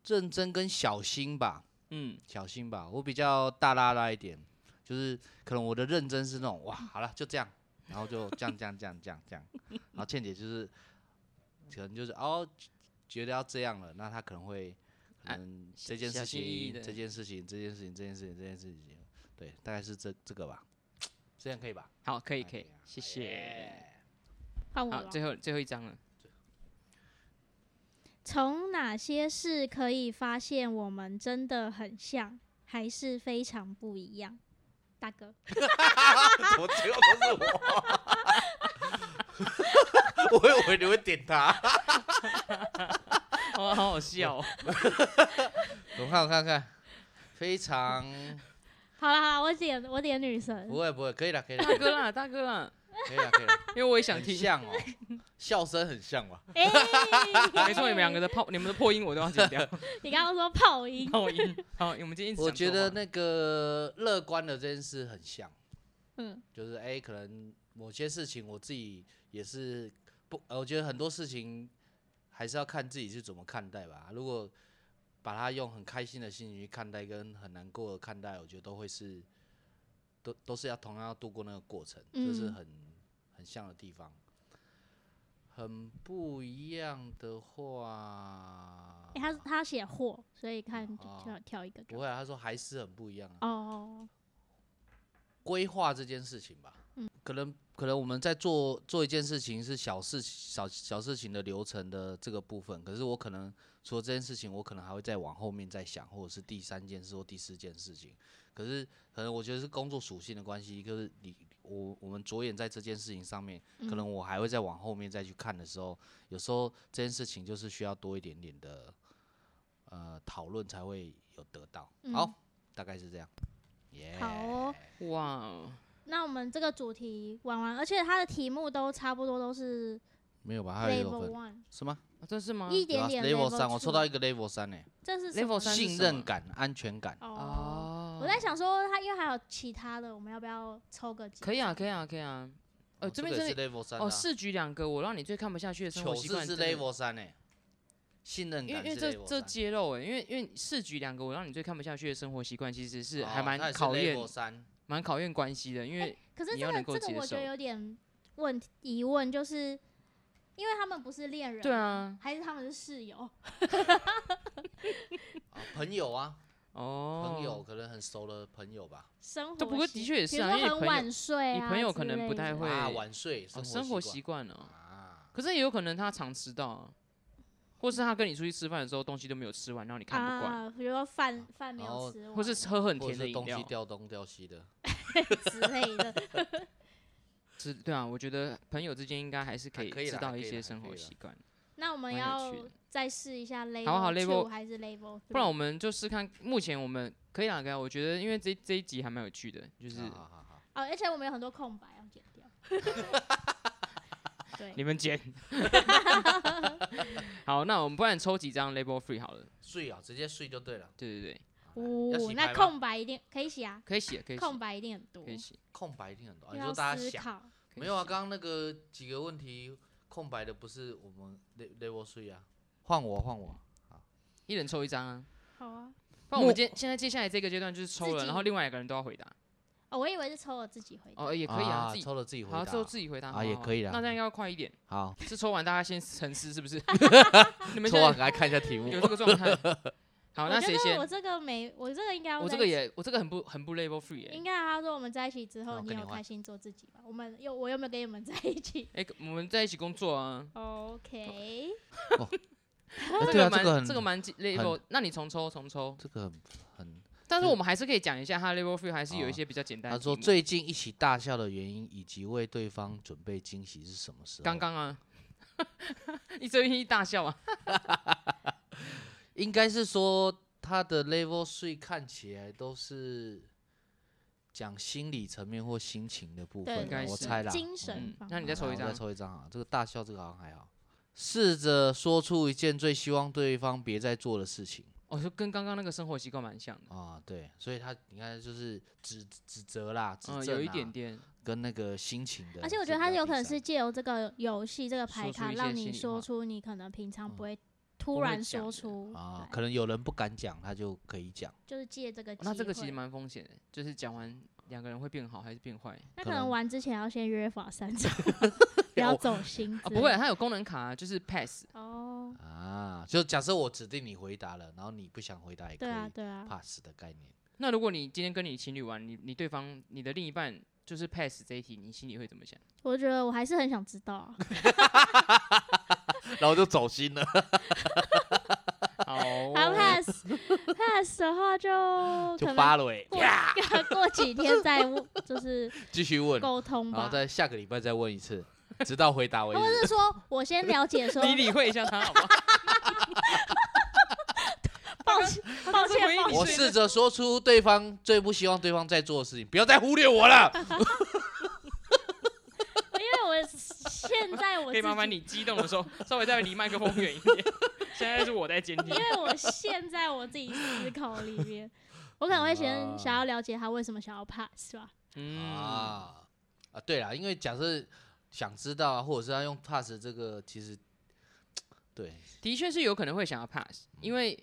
Speaker 3: 认真跟小心吧，
Speaker 1: 嗯，
Speaker 3: 小心吧。我比较大拉拉一点，就是可能我的认真是那种哇，好了就这样，然后就这样这样这样这样这 样。然后倩姐就是可能就是哦，觉得要这样了，那她可能会可
Speaker 1: 啊
Speaker 3: 能
Speaker 1: 小
Speaker 3: 这件
Speaker 1: 小
Speaker 3: 事
Speaker 1: 心翼翼
Speaker 3: 情
Speaker 1: 地
Speaker 3: 这件事情这件事情这件事情这件事情，对，大概是这这个吧，这样可 以吧？
Speaker 1: 好，可以可
Speaker 3: 可以
Speaker 1: 以，谢
Speaker 3: 哎
Speaker 1: 谢。
Speaker 2: 啊换我
Speaker 1: 好，
Speaker 2: 了。
Speaker 1: 最后最后一张了。
Speaker 2: 从哪些事可以发现我们真的很像，还是非常不一样？大哥，
Speaker 3: 怎么最后都是 我？我以为你会点 他。
Speaker 1: 哦，好好笑、哦。
Speaker 3: 我看我看看，非常
Speaker 2: 好啦好啦，我点我点女神
Speaker 3: 不，会不会，可以了可以了，
Speaker 1: 大
Speaker 3: 可以了
Speaker 1: 哥啦，大哥啦，
Speaker 3: 可以了可以了，
Speaker 1: 因为我也想
Speaker 3: 很
Speaker 1: 听。
Speaker 3: 像哦，笑声很像 吧？
Speaker 2: 哎，
Speaker 3: 啊
Speaker 1: 没错，你们两个的泡，你们的破音我都要剪掉，
Speaker 2: 你刚刚说泡 音，
Speaker 1: 破音。好，我们今天一直
Speaker 3: 我
Speaker 1: 想
Speaker 3: 觉
Speaker 1: 说
Speaker 3: 得
Speaker 1: 话
Speaker 3: 那个乐观的这件事很像，
Speaker 4: 嗯，
Speaker 3: 就是哎、可能某些事情我自己也是不，呃我觉得很多事情还是要看自己是怎么看待吧。如果把它用很开心的心情去看待，跟很难过的看待，我觉得都会是，都都是要同样要度过那个过程，这、是
Speaker 2: 嗯
Speaker 3: 很很像的地方。很不一样的话，
Speaker 2: 欸诶他他写货，所以看就
Speaker 3: 哦
Speaker 2: 挑挑一个
Speaker 3: 不
Speaker 2: 就。
Speaker 3: 会、啊，他说还是很不一样啊。
Speaker 2: 哦，
Speaker 3: 规划这件事情吧。
Speaker 2: 嗯
Speaker 3: 可能可能我们在做做一件事情是小事小小事情的流程的这个部分，可是我可能除了这件事情，我可能还会再往后面再想，或者是第三件事或第四件事情。可是可能我觉得是工作属性的关系，就是你我我们着眼在这件事情上面，
Speaker 2: 嗯
Speaker 3: 可能我还会再往后面再去看的时候，有时候这件事情就是需要多一点点的呃讨论才会有得到。
Speaker 2: 嗯
Speaker 3: 好，大概是这样。耶、
Speaker 2: 好哦
Speaker 1: 哇哦，
Speaker 2: 那我们这个主题玩完，而且它的题目都差不多，都是
Speaker 3: 没有吧？还有一个
Speaker 2: level
Speaker 3: 分
Speaker 2: one，
Speaker 3: 是吗？
Speaker 1: 啊真是吗？
Speaker 2: 一
Speaker 3: 有
Speaker 2: 点
Speaker 3: 啊
Speaker 2: 点
Speaker 3: level 三，
Speaker 2: two
Speaker 3: 我抽到一个 level 三呢，
Speaker 2: 这是什么
Speaker 1: level 三是
Speaker 3: 信
Speaker 1: 什
Speaker 3: 任
Speaker 1: 么
Speaker 3: 感、安全感。
Speaker 2: 哦。
Speaker 1: 哦
Speaker 2: 我在想说，它因为还有其他的，我们要不要抽个几？
Speaker 1: 可以啊，可以啊，可以啊。呃，
Speaker 3: 哦
Speaker 1: 这边
Speaker 3: 个
Speaker 1: 真
Speaker 3: 也
Speaker 1: 的
Speaker 3: 是 level 三
Speaker 1: 哦，
Speaker 3: 啊，
Speaker 1: 市局两个，我让你最看不下去的生活
Speaker 3: 糗
Speaker 1: 习
Speaker 3: 事
Speaker 1: 惯
Speaker 3: 是
Speaker 1: 真的
Speaker 3: level 三呢，欸信任
Speaker 1: 因为
Speaker 3: 感
Speaker 1: 因为
Speaker 3: 是
Speaker 1: 这
Speaker 3: level
Speaker 1: 这
Speaker 3: 三
Speaker 1: 揭露哎、因为因为市局两个，我让你最看不下去的生活习惯，其实是还
Speaker 3: 哦
Speaker 1: 蛮
Speaker 3: 它也是
Speaker 1: 考验
Speaker 3: level 三，
Speaker 1: 蛮考验关系的，因为
Speaker 2: 可是
Speaker 1: 你
Speaker 2: 这
Speaker 1: 要
Speaker 2: 个
Speaker 1: 能够
Speaker 2: 这个
Speaker 1: 接
Speaker 2: 我觉得
Speaker 1: 受
Speaker 2: 有点问题疑问，就是因为他们不是恋人，
Speaker 1: 对，啊，
Speaker 2: 还是他们是室友？
Speaker 3: 啊朋友啊，
Speaker 1: 哦，
Speaker 3: 朋友可能很熟的朋友吧，
Speaker 2: 生活
Speaker 1: 对不过的
Speaker 2: 习
Speaker 1: 确也
Speaker 2: 比
Speaker 1: 是
Speaker 2: 如
Speaker 1: 啊
Speaker 2: 说
Speaker 1: 因为
Speaker 2: 很
Speaker 1: 朋友
Speaker 2: 晚睡
Speaker 1: 你
Speaker 2: 啊
Speaker 1: 朋友
Speaker 2: 之
Speaker 1: 可能不
Speaker 2: 类
Speaker 1: 太
Speaker 2: 的
Speaker 1: 会
Speaker 3: 啊，晚睡
Speaker 1: 哦
Speaker 3: 生
Speaker 1: 生活习
Speaker 3: 习
Speaker 1: 惯哦，
Speaker 3: 啊，
Speaker 1: 可是也有可能他常迟到、啊，或是他跟你出去吃饭的时候东西都没有吃完，然后你看不惯，哦
Speaker 2: 啊，比如说饭饭没
Speaker 3: 然后
Speaker 2: 有吃完，
Speaker 1: 或是喝很
Speaker 3: 或者
Speaker 1: 甜的
Speaker 3: 是
Speaker 1: 饮
Speaker 3: 东
Speaker 1: 料
Speaker 3: 西，掉东掉西的，
Speaker 2: 之类 的。
Speaker 1: 是，对啊，我觉得朋友之间应该还是可
Speaker 3: 还
Speaker 1: 以
Speaker 3: 啊可以
Speaker 1: 知
Speaker 3: 啦
Speaker 1: 道
Speaker 3: 还
Speaker 1: 一
Speaker 3: 可以
Speaker 1: 些
Speaker 3: 啦
Speaker 1: 生
Speaker 3: 还可
Speaker 1: 活
Speaker 3: 以啦
Speaker 1: 习惯，
Speaker 2: 那我
Speaker 1: 蛮
Speaker 2: 们
Speaker 1: 有
Speaker 2: 要
Speaker 1: 趣的
Speaker 2: 再试一下 level
Speaker 1: 好好
Speaker 2: two
Speaker 1: level-
Speaker 2: 还是 level？
Speaker 1: 不然我
Speaker 2: 们
Speaker 1: 们就试看，目前我们可以啦，可以啦，我觉得因为这这一集还蛮有趣的，就是
Speaker 3: 啊好好好好，
Speaker 2: 哦，而且我们有很多空白要剪掉。 对，
Speaker 1: 你们 剪。好，那我们不然抽几张 Label Free 好了。
Speaker 3: 睡啊，直接睡就对了，
Speaker 1: 对对对，
Speaker 3: 要
Speaker 2: 哦
Speaker 3: 洗，
Speaker 2: 那
Speaker 3: 牌吗
Speaker 2: 空白一定可以写啊，
Speaker 1: 可以写，可以写，
Speaker 2: 空白一定很多
Speaker 1: 可，以哦写。
Speaker 3: 空白一定很多，啊你
Speaker 2: 要
Speaker 3: 说大家
Speaker 2: 思
Speaker 3: 想
Speaker 2: 考。
Speaker 1: 可以
Speaker 3: 没有啊？
Speaker 1: 写
Speaker 3: 刚刚那个几个问题空白的不是我们 le- level 睡啊，换我换我。
Speaker 1: 一人抽一张啊。
Speaker 2: 好啊，
Speaker 1: 不然我们今现在接下来这个阶段就是抽
Speaker 2: 自
Speaker 1: 了，
Speaker 2: 己
Speaker 1: 然后另外两个人都要回答。
Speaker 2: 哦，我以为是抽我自己回答。
Speaker 1: 哦，也可以啊，自己
Speaker 3: 抽了自己回答
Speaker 1: 好，。之后自己回答
Speaker 3: 啊
Speaker 1: 好好
Speaker 3: 也可以
Speaker 1: 好
Speaker 3: 啦
Speaker 1: 那这样要快一点，
Speaker 3: 好，
Speaker 1: 是抽完大家先沉思是不 是？你们
Speaker 3: 抽
Speaker 1: 现
Speaker 3: 完
Speaker 1: 在
Speaker 3: 来看一下题目
Speaker 1: 有。这个状 态。好，那
Speaker 2: 我觉
Speaker 1: 谁
Speaker 2: 得
Speaker 1: 先
Speaker 2: 我？这个没，我这个应该要
Speaker 1: 我这
Speaker 2: 在
Speaker 1: 个
Speaker 2: 一起
Speaker 1: 也，我这个很不很不 Label Free 哎
Speaker 2: 应。该他说我们在一起之
Speaker 3: 那
Speaker 1: 哦
Speaker 2: 后，
Speaker 3: 我
Speaker 2: 你
Speaker 3: 跟
Speaker 2: 有
Speaker 3: 你换
Speaker 2: 开心做自己吧？我们又我有没有跟你们在一起
Speaker 1: 哎，我们在一起工作 啊。
Speaker 2: ？OK，
Speaker 3: 啊
Speaker 1: 这
Speaker 3: 对
Speaker 1: 个
Speaker 3: 啊，这个
Speaker 1: 蛮
Speaker 3: 很
Speaker 1: 这个蛮 Label，那你重抽重抽。
Speaker 3: 这个很很。
Speaker 1: 但是
Speaker 3: 就
Speaker 1: 我们还是可以讲一下，他 Level Free 还是有一
Speaker 3: 哦
Speaker 1: 些比较简单的
Speaker 3: 他
Speaker 1: 题
Speaker 3: 说
Speaker 1: 目
Speaker 3: 最近一起大笑的原因，以及为对方准备惊喜是什么时候？
Speaker 1: 刚刚啊，一周一大笑啊，
Speaker 3: 应该是说他的 level three 看起来都是讲心理层面或心情的部
Speaker 2: 对
Speaker 3: 分啊
Speaker 1: 应该
Speaker 3: 吧，我
Speaker 1: 是
Speaker 3: 猜啦。
Speaker 2: 精
Speaker 1: 嗯
Speaker 2: 神方，
Speaker 1: 那
Speaker 2: 面。
Speaker 1: 你再
Speaker 3: 好
Speaker 1: 抽一
Speaker 3: 那
Speaker 1: 张
Speaker 3: 我再，抽一张啊！这个大笑这个好像还好。试着说出一件最希望对方别再做的事情。
Speaker 1: 哦，就跟刚刚那个生活习惯蛮像的，
Speaker 3: 啊、对，所以他你看就是指指责啦，指
Speaker 1: 嗯，
Speaker 3: 正
Speaker 1: 有一
Speaker 3: 啊
Speaker 1: 点点，
Speaker 3: 跟那个心情的。
Speaker 2: 而且我觉得他有可能是借由这个游戏、这个
Speaker 1: 说
Speaker 2: 牌
Speaker 1: 出
Speaker 2: 卡，
Speaker 1: 一些
Speaker 2: 让
Speaker 1: 心
Speaker 2: 你
Speaker 1: 里
Speaker 2: 说
Speaker 1: 话
Speaker 2: 出你可能平常
Speaker 3: 嗯
Speaker 2: 不会
Speaker 1: 不
Speaker 2: 突
Speaker 1: 会
Speaker 2: 然
Speaker 1: 讲
Speaker 2: 说
Speaker 1: 的
Speaker 2: 出，
Speaker 3: 啊、
Speaker 2: 对
Speaker 3: 可能有人不敢讲，他就可以讲。
Speaker 2: 就是借这个机
Speaker 1: 哦那这个其
Speaker 2: 会
Speaker 1: 实蛮风险的，就是讲完两个人会变好还是变坏
Speaker 2: 那
Speaker 3: 可
Speaker 2: 可能
Speaker 3: 能
Speaker 2: 玩之前要先约法三 章，不要走心
Speaker 1: 啊？
Speaker 2: 之
Speaker 1: 不会
Speaker 2: 类
Speaker 1: 啊，它有功能卡啊，就是 pass，
Speaker 2: 哦，
Speaker 3: 啊，就假设我指定你回答了，然后你不想回答也可
Speaker 2: 对
Speaker 3: 以、
Speaker 2: 啊对啊，
Speaker 3: pass 的概念。
Speaker 1: 那如果你今天跟你情侣玩，你你对方你的另一半就是 pass 这一题，你心里会怎么 想？
Speaker 2: 我觉得我还是很想知道啊，
Speaker 3: 然后就走心了。
Speaker 1: 好，哦
Speaker 2: 他 pass pass 的话就可
Speaker 3: 就
Speaker 2: 能
Speaker 3: 发了尾，
Speaker 2: 过过几天再问 就是
Speaker 3: 继续问，
Speaker 2: 沟通
Speaker 3: 然后
Speaker 2: 吧。
Speaker 3: 再下个礼拜再问一次，直到回答为
Speaker 2: 或者
Speaker 3: 止。
Speaker 2: 是 说我先了解说
Speaker 1: 你理会一下他好不好？
Speaker 2: 抱抱歉，抱歉，
Speaker 1: 回应
Speaker 2: 抱
Speaker 1: 你
Speaker 3: 我
Speaker 1: 是
Speaker 2: 歉。
Speaker 3: 试着说出对方最不希望对方在做的事情，不要再忽略 我了。
Speaker 2: 因为我现在 我
Speaker 1: 可以麻
Speaker 2: 自
Speaker 1: 烦
Speaker 2: 己，
Speaker 1: 你激动的时候稍微再离麦克风远一 点。现在是我在监听
Speaker 2: 因，为我现在我自己思 考里面，我可能会
Speaker 1: 啊
Speaker 2: 先想要了解他为什么想要 pass 吧。
Speaker 1: 嗯，
Speaker 3: 啊啊，对啦，因为假设想知道啊，或者是要用 pass 这个，其实对
Speaker 1: 的确是有可能会想要 pass，因为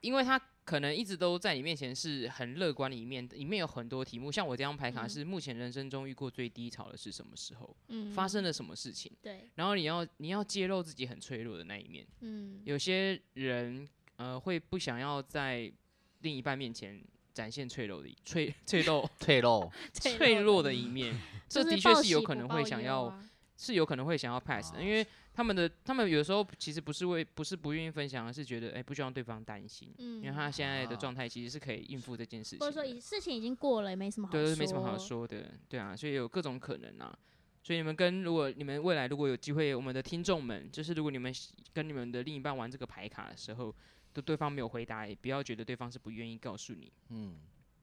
Speaker 1: 因为他可能一直都在你面前是很乐观的一面，里面有很多题目，像我这张牌卡
Speaker 2: 嗯
Speaker 1: 是目前人生中遇过最低潮的是什么时候，
Speaker 2: 嗯，
Speaker 1: 发生了什么事情，
Speaker 2: 对，
Speaker 1: 然后你要你要揭露自己很脆弱的那一面。
Speaker 2: 嗯，
Speaker 1: 有些人呃会不想要在另一半面前展现脆弱的一脆 脆弱
Speaker 3: 退喽。
Speaker 1: 脆弱的一面，这
Speaker 2: 就是
Speaker 1: 的确
Speaker 2: 报
Speaker 1: 是有
Speaker 2: 喜
Speaker 1: 可
Speaker 2: 不
Speaker 1: 能
Speaker 2: 报
Speaker 1: 会想
Speaker 2: 忧
Speaker 1: 要
Speaker 2: 啊哦
Speaker 1: 是有可能会想要 pass，的因为他们的他们有时候其实不是为不是不愿意分享，而是觉得哎、不希望对方担心，
Speaker 2: 嗯，
Speaker 1: 因为他现在的
Speaker 3: 啊
Speaker 1: 状态其实是可以应付这件事情
Speaker 2: 或者说
Speaker 1: 的，
Speaker 2: 已事情已经过了，也没什么好
Speaker 1: 对，对没什么好。说的，对啊，所以有各种可能啊。所以你们跟如果你们未来如果有机会，我们的听众们，就是如果你们喜跟你们的另一半玩这个牌卡的时候，都对方没有回答，也不要觉得对方是不愿意告诉你。
Speaker 3: 嗯，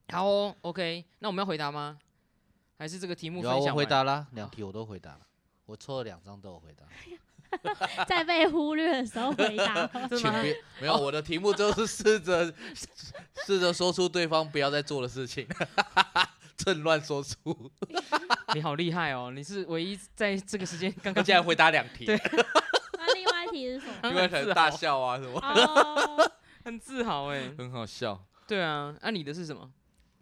Speaker 1: 好哦，OK，那我们要回答吗？还是这个题目分
Speaker 3: 有啊，我
Speaker 1: 享
Speaker 3: 回
Speaker 1: 完
Speaker 3: 答啦，两题我都回答了，我抽了两张都有回答，
Speaker 2: 在被忽略的时候回 答，哦
Speaker 1: 真的
Speaker 3: 请
Speaker 1: 吗？
Speaker 3: 别没有我的题目就是试着 试着说出对方不要再做的事情， 趁乱 说出，
Speaker 1: 你好厉害哦！你是唯一在这个时间刚
Speaker 3: 他
Speaker 1: 刚
Speaker 3: 竟然回答两题，
Speaker 1: 对 哦
Speaker 2: 那另外一题是什 么？
Speaker 3: 因为很大笑啊什么，
Speaker 2: 哦，
Speaker 1: 很自豪哎。
Speaker 3: 很好笑。
Speaker 1: 对啊，那、你的是什么？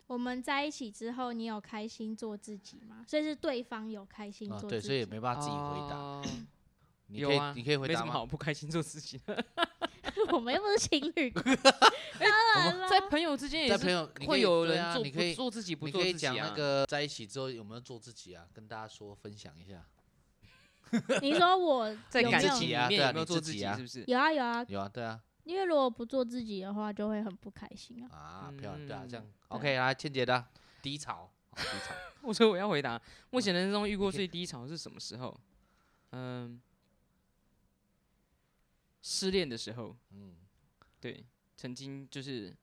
Speaker 2: 我们在一起之后，你有开心做自己吗？所以是对方有开心
Speaker 3: 啊，
Speaker 2: 做
Speaker 3: 对，
Speaker 2: 自
Speaker 3: 所以也
Speaker 2: 己。
Speaker 3: 没办法自己回答。
Speaker 1: 哦
Speaker 3: 你
Speaker 1: 有
Speaker 3: 可以，
Speaker 1: 啊
Speaker 3: 你可以回
Speaker 1: 没
Speaker 3: 答
Speaker 1: 什么
Speaker 3: 吗？
Speaker 1: 好不开心做自己的，
Speaker 2: 我们又不是情 侣，当然了，
Speaker 1: 在朋友之间也
Speaker 3: 在朋
Speaker 1: 是
Speaker 3: 友，你可
Speaker 1: 会
Speaker 3: 以
Speaker 1: 有
Speaker 3: 对
Speaker 1: 人
Speaker 3: 啊
Speaker 1: 做
Speaker 3: 你可
Speaker 1: 不
Speaker 3: 以，
Speaker 1: 做自己不
Speaker 3: 你
Speaker 1: 做
Speaker 3: 可以
Speaker 1: 自己
Speaker 3: 讲那
Speaker 1: 啊。
Speaker 3: 个在一起之后有没有做自己啊？跟大家说分享一下。
Speaker 2: 你说我
Speaker 1: 在
Speaker 2: 有
Speaker 1: 感
Speaker 2: 没
Speaker 1: 情
Speaker 2: 有
Speaker 1: 里
Speaker 3: 己啊
Speaker 1: 面
Speaker 3: 对啊
Speaker 1: 有没有
Speaker 3: 你
Speaker 1: 做
Speaker 3: 自己
Speaker 1: 己？
Speaker 3: 啊
Speaker 1: 是不是？
Speaker 2: 有啊有啊，
Speaker 3: 有啊，对啊，
Speaker 2: 因为如果不做自己的话，就会很不开心啊。
Speaker 3: 啊，漂亮，对啊，这样
Speaker 1: 嗯
Speaker 3: OK 啊，倩姐的低潮，好低 潮，
Speaker 1: 我说我要回答，目前人生中遇过
Speaker 3: 你可
Speaker 1: 最低潮是什么时候？嗯，失恋的时候。
Speaker 3: 嗯，
Speaker 1: 对，曾经就是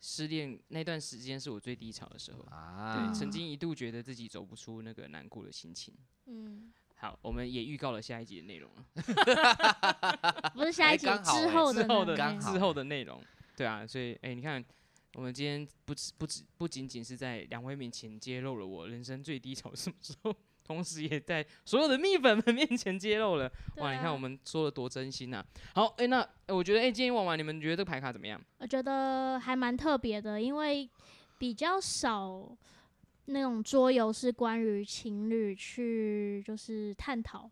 Speaker 1: 失恋那段时间是我最低潮的时候，
Speaker 3: 啊
Speaker 1: 对，，曾
Speaker 2: 嗯
Speaker 1: 经一度觉得自己走不出那个难过的心情。
Speaker 2: 嗯，
Speaker 1: 好，我们也预告了下一集的内容了，
Speaker 2: 不是下
Speaker 3: 哎
Speaker 2: 一集
Speaker 3: 刚好
Speaker 2: 之
Speaker 3: 哎
Speaker 2: 后
Speaker 1: 之
Speaker 2: 的
Speaker 1: 后
Speaker 2: 那
Speaker 1: 的
Speaker 2: 个
Speaker 3: 刚好
Speaker 1: 之后的内容，对啊，所以哎、你看，我们今天不止不止不仅仅是在两位面前揭露了我人生最低潮是什么时候， 同时也在所有的蜜粉们面前揭露了，
Speaker 2: 对
Speaker 1: 哇，你看
Speaker 2: 啊
Speaker 1: 我们说的多真心呐、好，哎、那、哎我觉得哎、今天玩完，你们觉得这个牌卡怎么样？
Speaker 2: 我觉得还蛮特别的，因为比较少那种桌游是关于情侣去就是探讨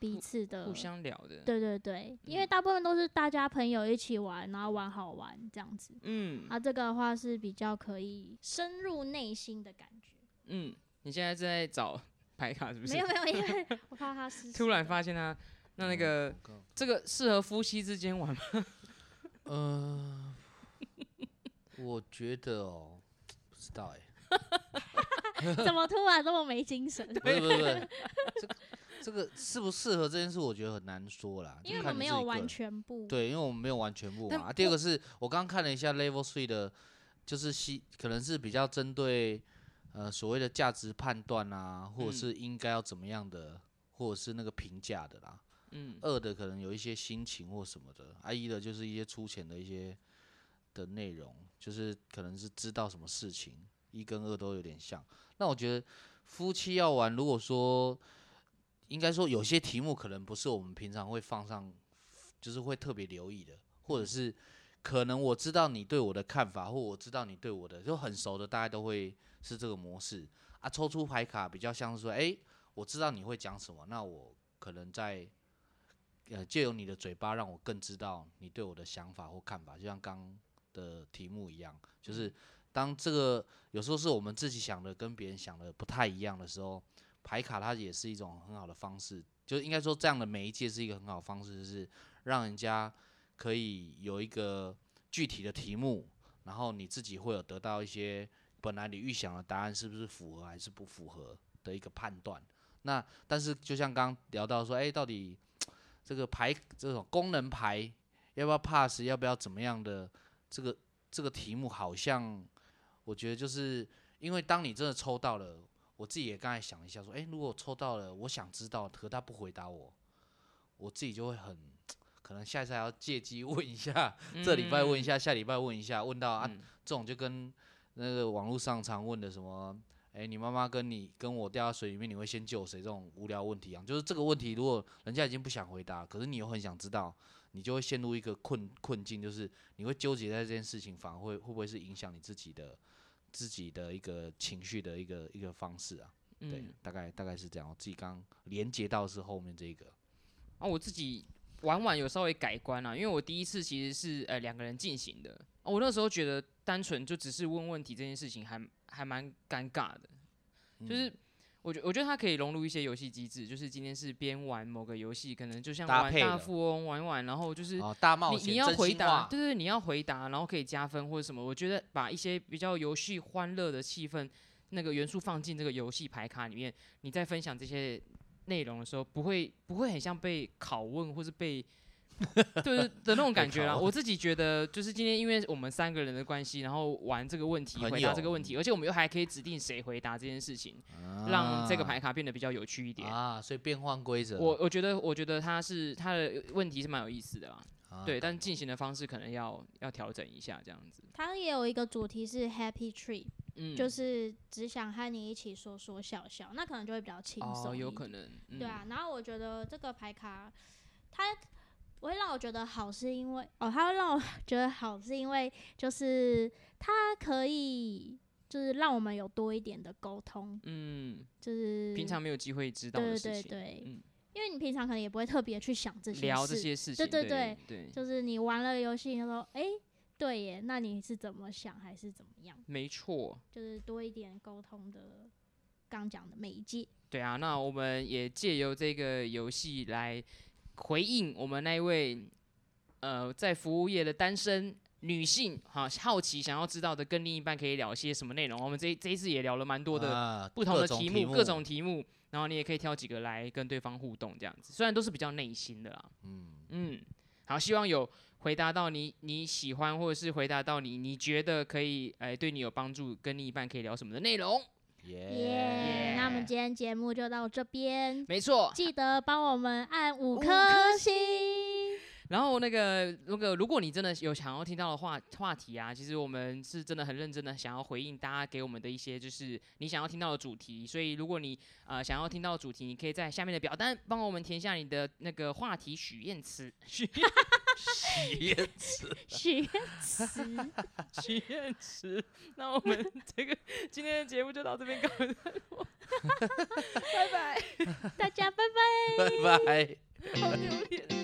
Speaker 2: 彼此的
Speaker 3: 呃
Speaker 1: 互，相聊的，
Speaker 2: 对对对，因为
Speaker 1: 嗯
Speaker 2: 大部分都是大家朋友一起玩，然后玩好玩这样子。
Speaker 1: 嗯
Speaker 2: 啊，这个的话是比较可以深入内心的感觉。
Speaker 1: 嗯，你现在在找牌卡是不是？
Speaker 2: 没有没有，因为我怕他失
Speaker 1: 突然发现他，那那个、
Speaker 3: 嗯
Speaker 1: 这个适合夫妻之间玩吗？
Speaker 3: 呃，我觉得哦，不知道 哎，
Speaker 2: 怎么突然这么没精神？
Speaker 3: 不是不是不是，这个这个适不适合这件事，我觉得很难说啦，就
Speaker 2: 因为我
Speaker 3: 看
Speaker 2: 们没
Speaker 3: 你自己
Speaker 2: 有
Speaker 3: 个
Speaker 2: 玩
Speaker 3: 人
Speaker 2: 全部。
Speaker 3: 对，因为我们没有玩全部
Speaker 1: 但
Speaker 3: 嘛。啊第二
Speaker 1: 我
Speaker 3: 个是我刚刚看了一下 Level Three 的，就是西可能是比较针对呃所谓的价值判断啊，或者
Speaker 1: 嗯
Speaker 3: 是应该要怎么样的，或者是那个评价的啦。
Speaker 1: 嗯，
Speaker 3: 二的可能有一些心情或什么的，啊一的就是一些粗浅的一些的内容，就是可能是知道什么事情，一跟二都有点像。那我觉得夫妻要玩，如果说应该说有些题目可能不是我们平常会放上，就是会特别留意的，或者是可能我知道你对我的看法，或我知道你对我的就很熟的，大概都会是这个模式啊。抽出牌卡比较像是说，哎、我知道你会讲什么，那我可能在呃借由你的嘴巴，让我更知道你对我的想法或看法，就像刚的题目一样，就是当这个有时候是我们自己想的跟别人想的不太一样的时候，牌卡它也是一种很好的方式，就应该说这样的媒介是一个很好的方式，就是让人家可以有一个具体的题目，然后你自己会有得到一些本来你预想的答案是不是符合还是不符合的一个判断。那但是就像刚刚聊到说，哎、到底这个牌这种功能牌要不要 pass，要不要怎么样的这个这个题目好像，我觉得就是因为当你真的抽到了，我自己也刚才想一下说，诶，如果抽到了，我想知道，可他不回答我，我自己就会很，可能下一次还要借机问一下， 这礼拜问一下，下礼拜问一下，问到啊，
Speaker 1: 嗯
Speaker 3: 这种就跟那个网络上常问的什么，哎、你妈妈跟你跟我掉到水里面，你会先救谁这种无聊问题一样。就是这个问题，如果人家已经不想回答，可是你又很想知道，你就会陷入一个困困境，就是你会纠结在这件事情，反而会会不会是影响你自己的自己的一个情绪的一个一个方式啊？
Speaker 1: 嗯
Speaker 3: 对，大概大概是这样。我自己刚连接到是后面这一个，
Speaker 1: 啊，我自己晚晚有稍微改观啊，因为我第一次其实是呃两个人进行的、啊我那时候觉得单纯就只是问问题这件事情还还蛮尴尬的，
Speaker 3: 嗯
Speaker 1: 就是。我觉我觉得它可以融入一些游戏机制，就是今天是边玩某个游戏，可能就像
Speaker 3: 搭
Speaker 1: 玩
Speaker 3: 配
Speaker 1: 大
Speaker 3: 的
Speaker 1: 富翁玩一玩，然后就是
Speaker 3: 哦，大冒
Speaker 1: 你
Speaker 3: 险，
Speaker 1: 你要
Speaker 3: 真
Speaker 1: 回
Speaker 3: 心
Speaker 1: 答，
Speaker 3: 话
Speaker 1: 对对，对你要回答，然后可以加分或者什么。我觉得把一些比较游戏欢乐的气氛那个元素放进这个游戏牌卡里面，你在分享这些内容的时候，不会不会很像被拷问或是被就是的 那种感觉啦。
Speaker 3: 拷问
Speaker 1: 我自己觉得，就是今天因为我们三个人的关系，然后玩这个问题，
Speaker 3: 很
Speaker 1: 回答
Speaker 3: 有
Speaker 1: 这个问题，而且我们又还可以指定谁回答这件事情，让这个
Speaker 3: 嗯啊
Speaker 1: 牌卡变得比较有趣一点。
Speaker 3: 啊，所以变换规则，
Speaker 1: 我我觉得，我觉得他是他的问题是蛮有意思的啦。
Speaker 3: 啊
Speaker 1: 对，但进行的方式可能要要调整一下，这样子。
Speaker 2: 它也有一个主题是 Happy Tree，、
Speaker 1: 嗯，
Speaker 2: 就是只想和你一起说说笑笑，那可能就会比较轻松、
Speaker 1: 哦，有可。能，嗯、
Speaker 2: 对啊，，然后我觉得这个牌卡，它我会让我觉得好，是因为哦，它会让我 觉得好，是因为就是它可以就是让我们有多一点的沟通，
Speaker 1: 嗯，
Speaker 2: 就是
Speaker 1: 平常没有机会知道的
Speaker 2: 对
Speaker 1: 事
Speaker 2: 对
Speaker 1: 情，
Speaker 2: 对，
Speaker 1: 嗯
Speaker 2: 因为你平常可能也不会特别去想这些
Speaker 1: 聊这
Speaker 2: 事
Speaker 1: 些事情，
Speaker 2: 对对
Speaker 1: 对
Speaker 2: 就是你玩了游戏，你就说，哎、对耶，那你是怎么想，还是怎么样？
Speaker 1: 没错。
Speaker 2: 就是多一点沟通的，刚讲的媒介。
Speaker 1: 对啊，那我们也借由这个游戏来回应我们那一位呃在服务业的单身女性，好好奇想要知道的跟另一半可以聊些什么内容。我们这一这一次也聊了蛮多的
Speaker 3: 啊
Speaker 1: 不同的
Speaker 3: 各种
Speaker 1: 题目，各种题目，然后你也可以挑几个来跟对方互动，这样子。虽然都是比较内心的啦，
Speaker 3: 嗯，
Speaker 1: 嗯，好，希望有回答到你你喜欢，或者是回答到你你觉得可以，哎、对你有帮助，跟另一半可以聊什么的内容。
Speaker 2: 耶、
Speaker 3: 耶，
Speaker 2: 那我们今天节目就到这边，
Speaker 1: 没错，
Speaker 2: 记得帮我们按五
Speaker 1: 五
Speaker 2: 颗
Speaker 1: 颗
Speaker 2: 星。
Speaker 1: 然后那个那个，如果你真的有想要听到的话话题啊，其实我们是真的很认真的想要回应大家给我们的一些就是你想要听到的主题。所以如果你呃想要听到的主题，你可以在下面的表单帮我们填下你的那个话题许愿 词，许
Speaker 3: 耶，
Speaker 2: 许 愿词，
Speaker 1: 许愿池。那我们这个今天的节目就到这边告一段落，拜拜。
Speaker 2: 大家拜拜。
Speaker 3: 拜拜。
Speaker 1: 好丢脸啊。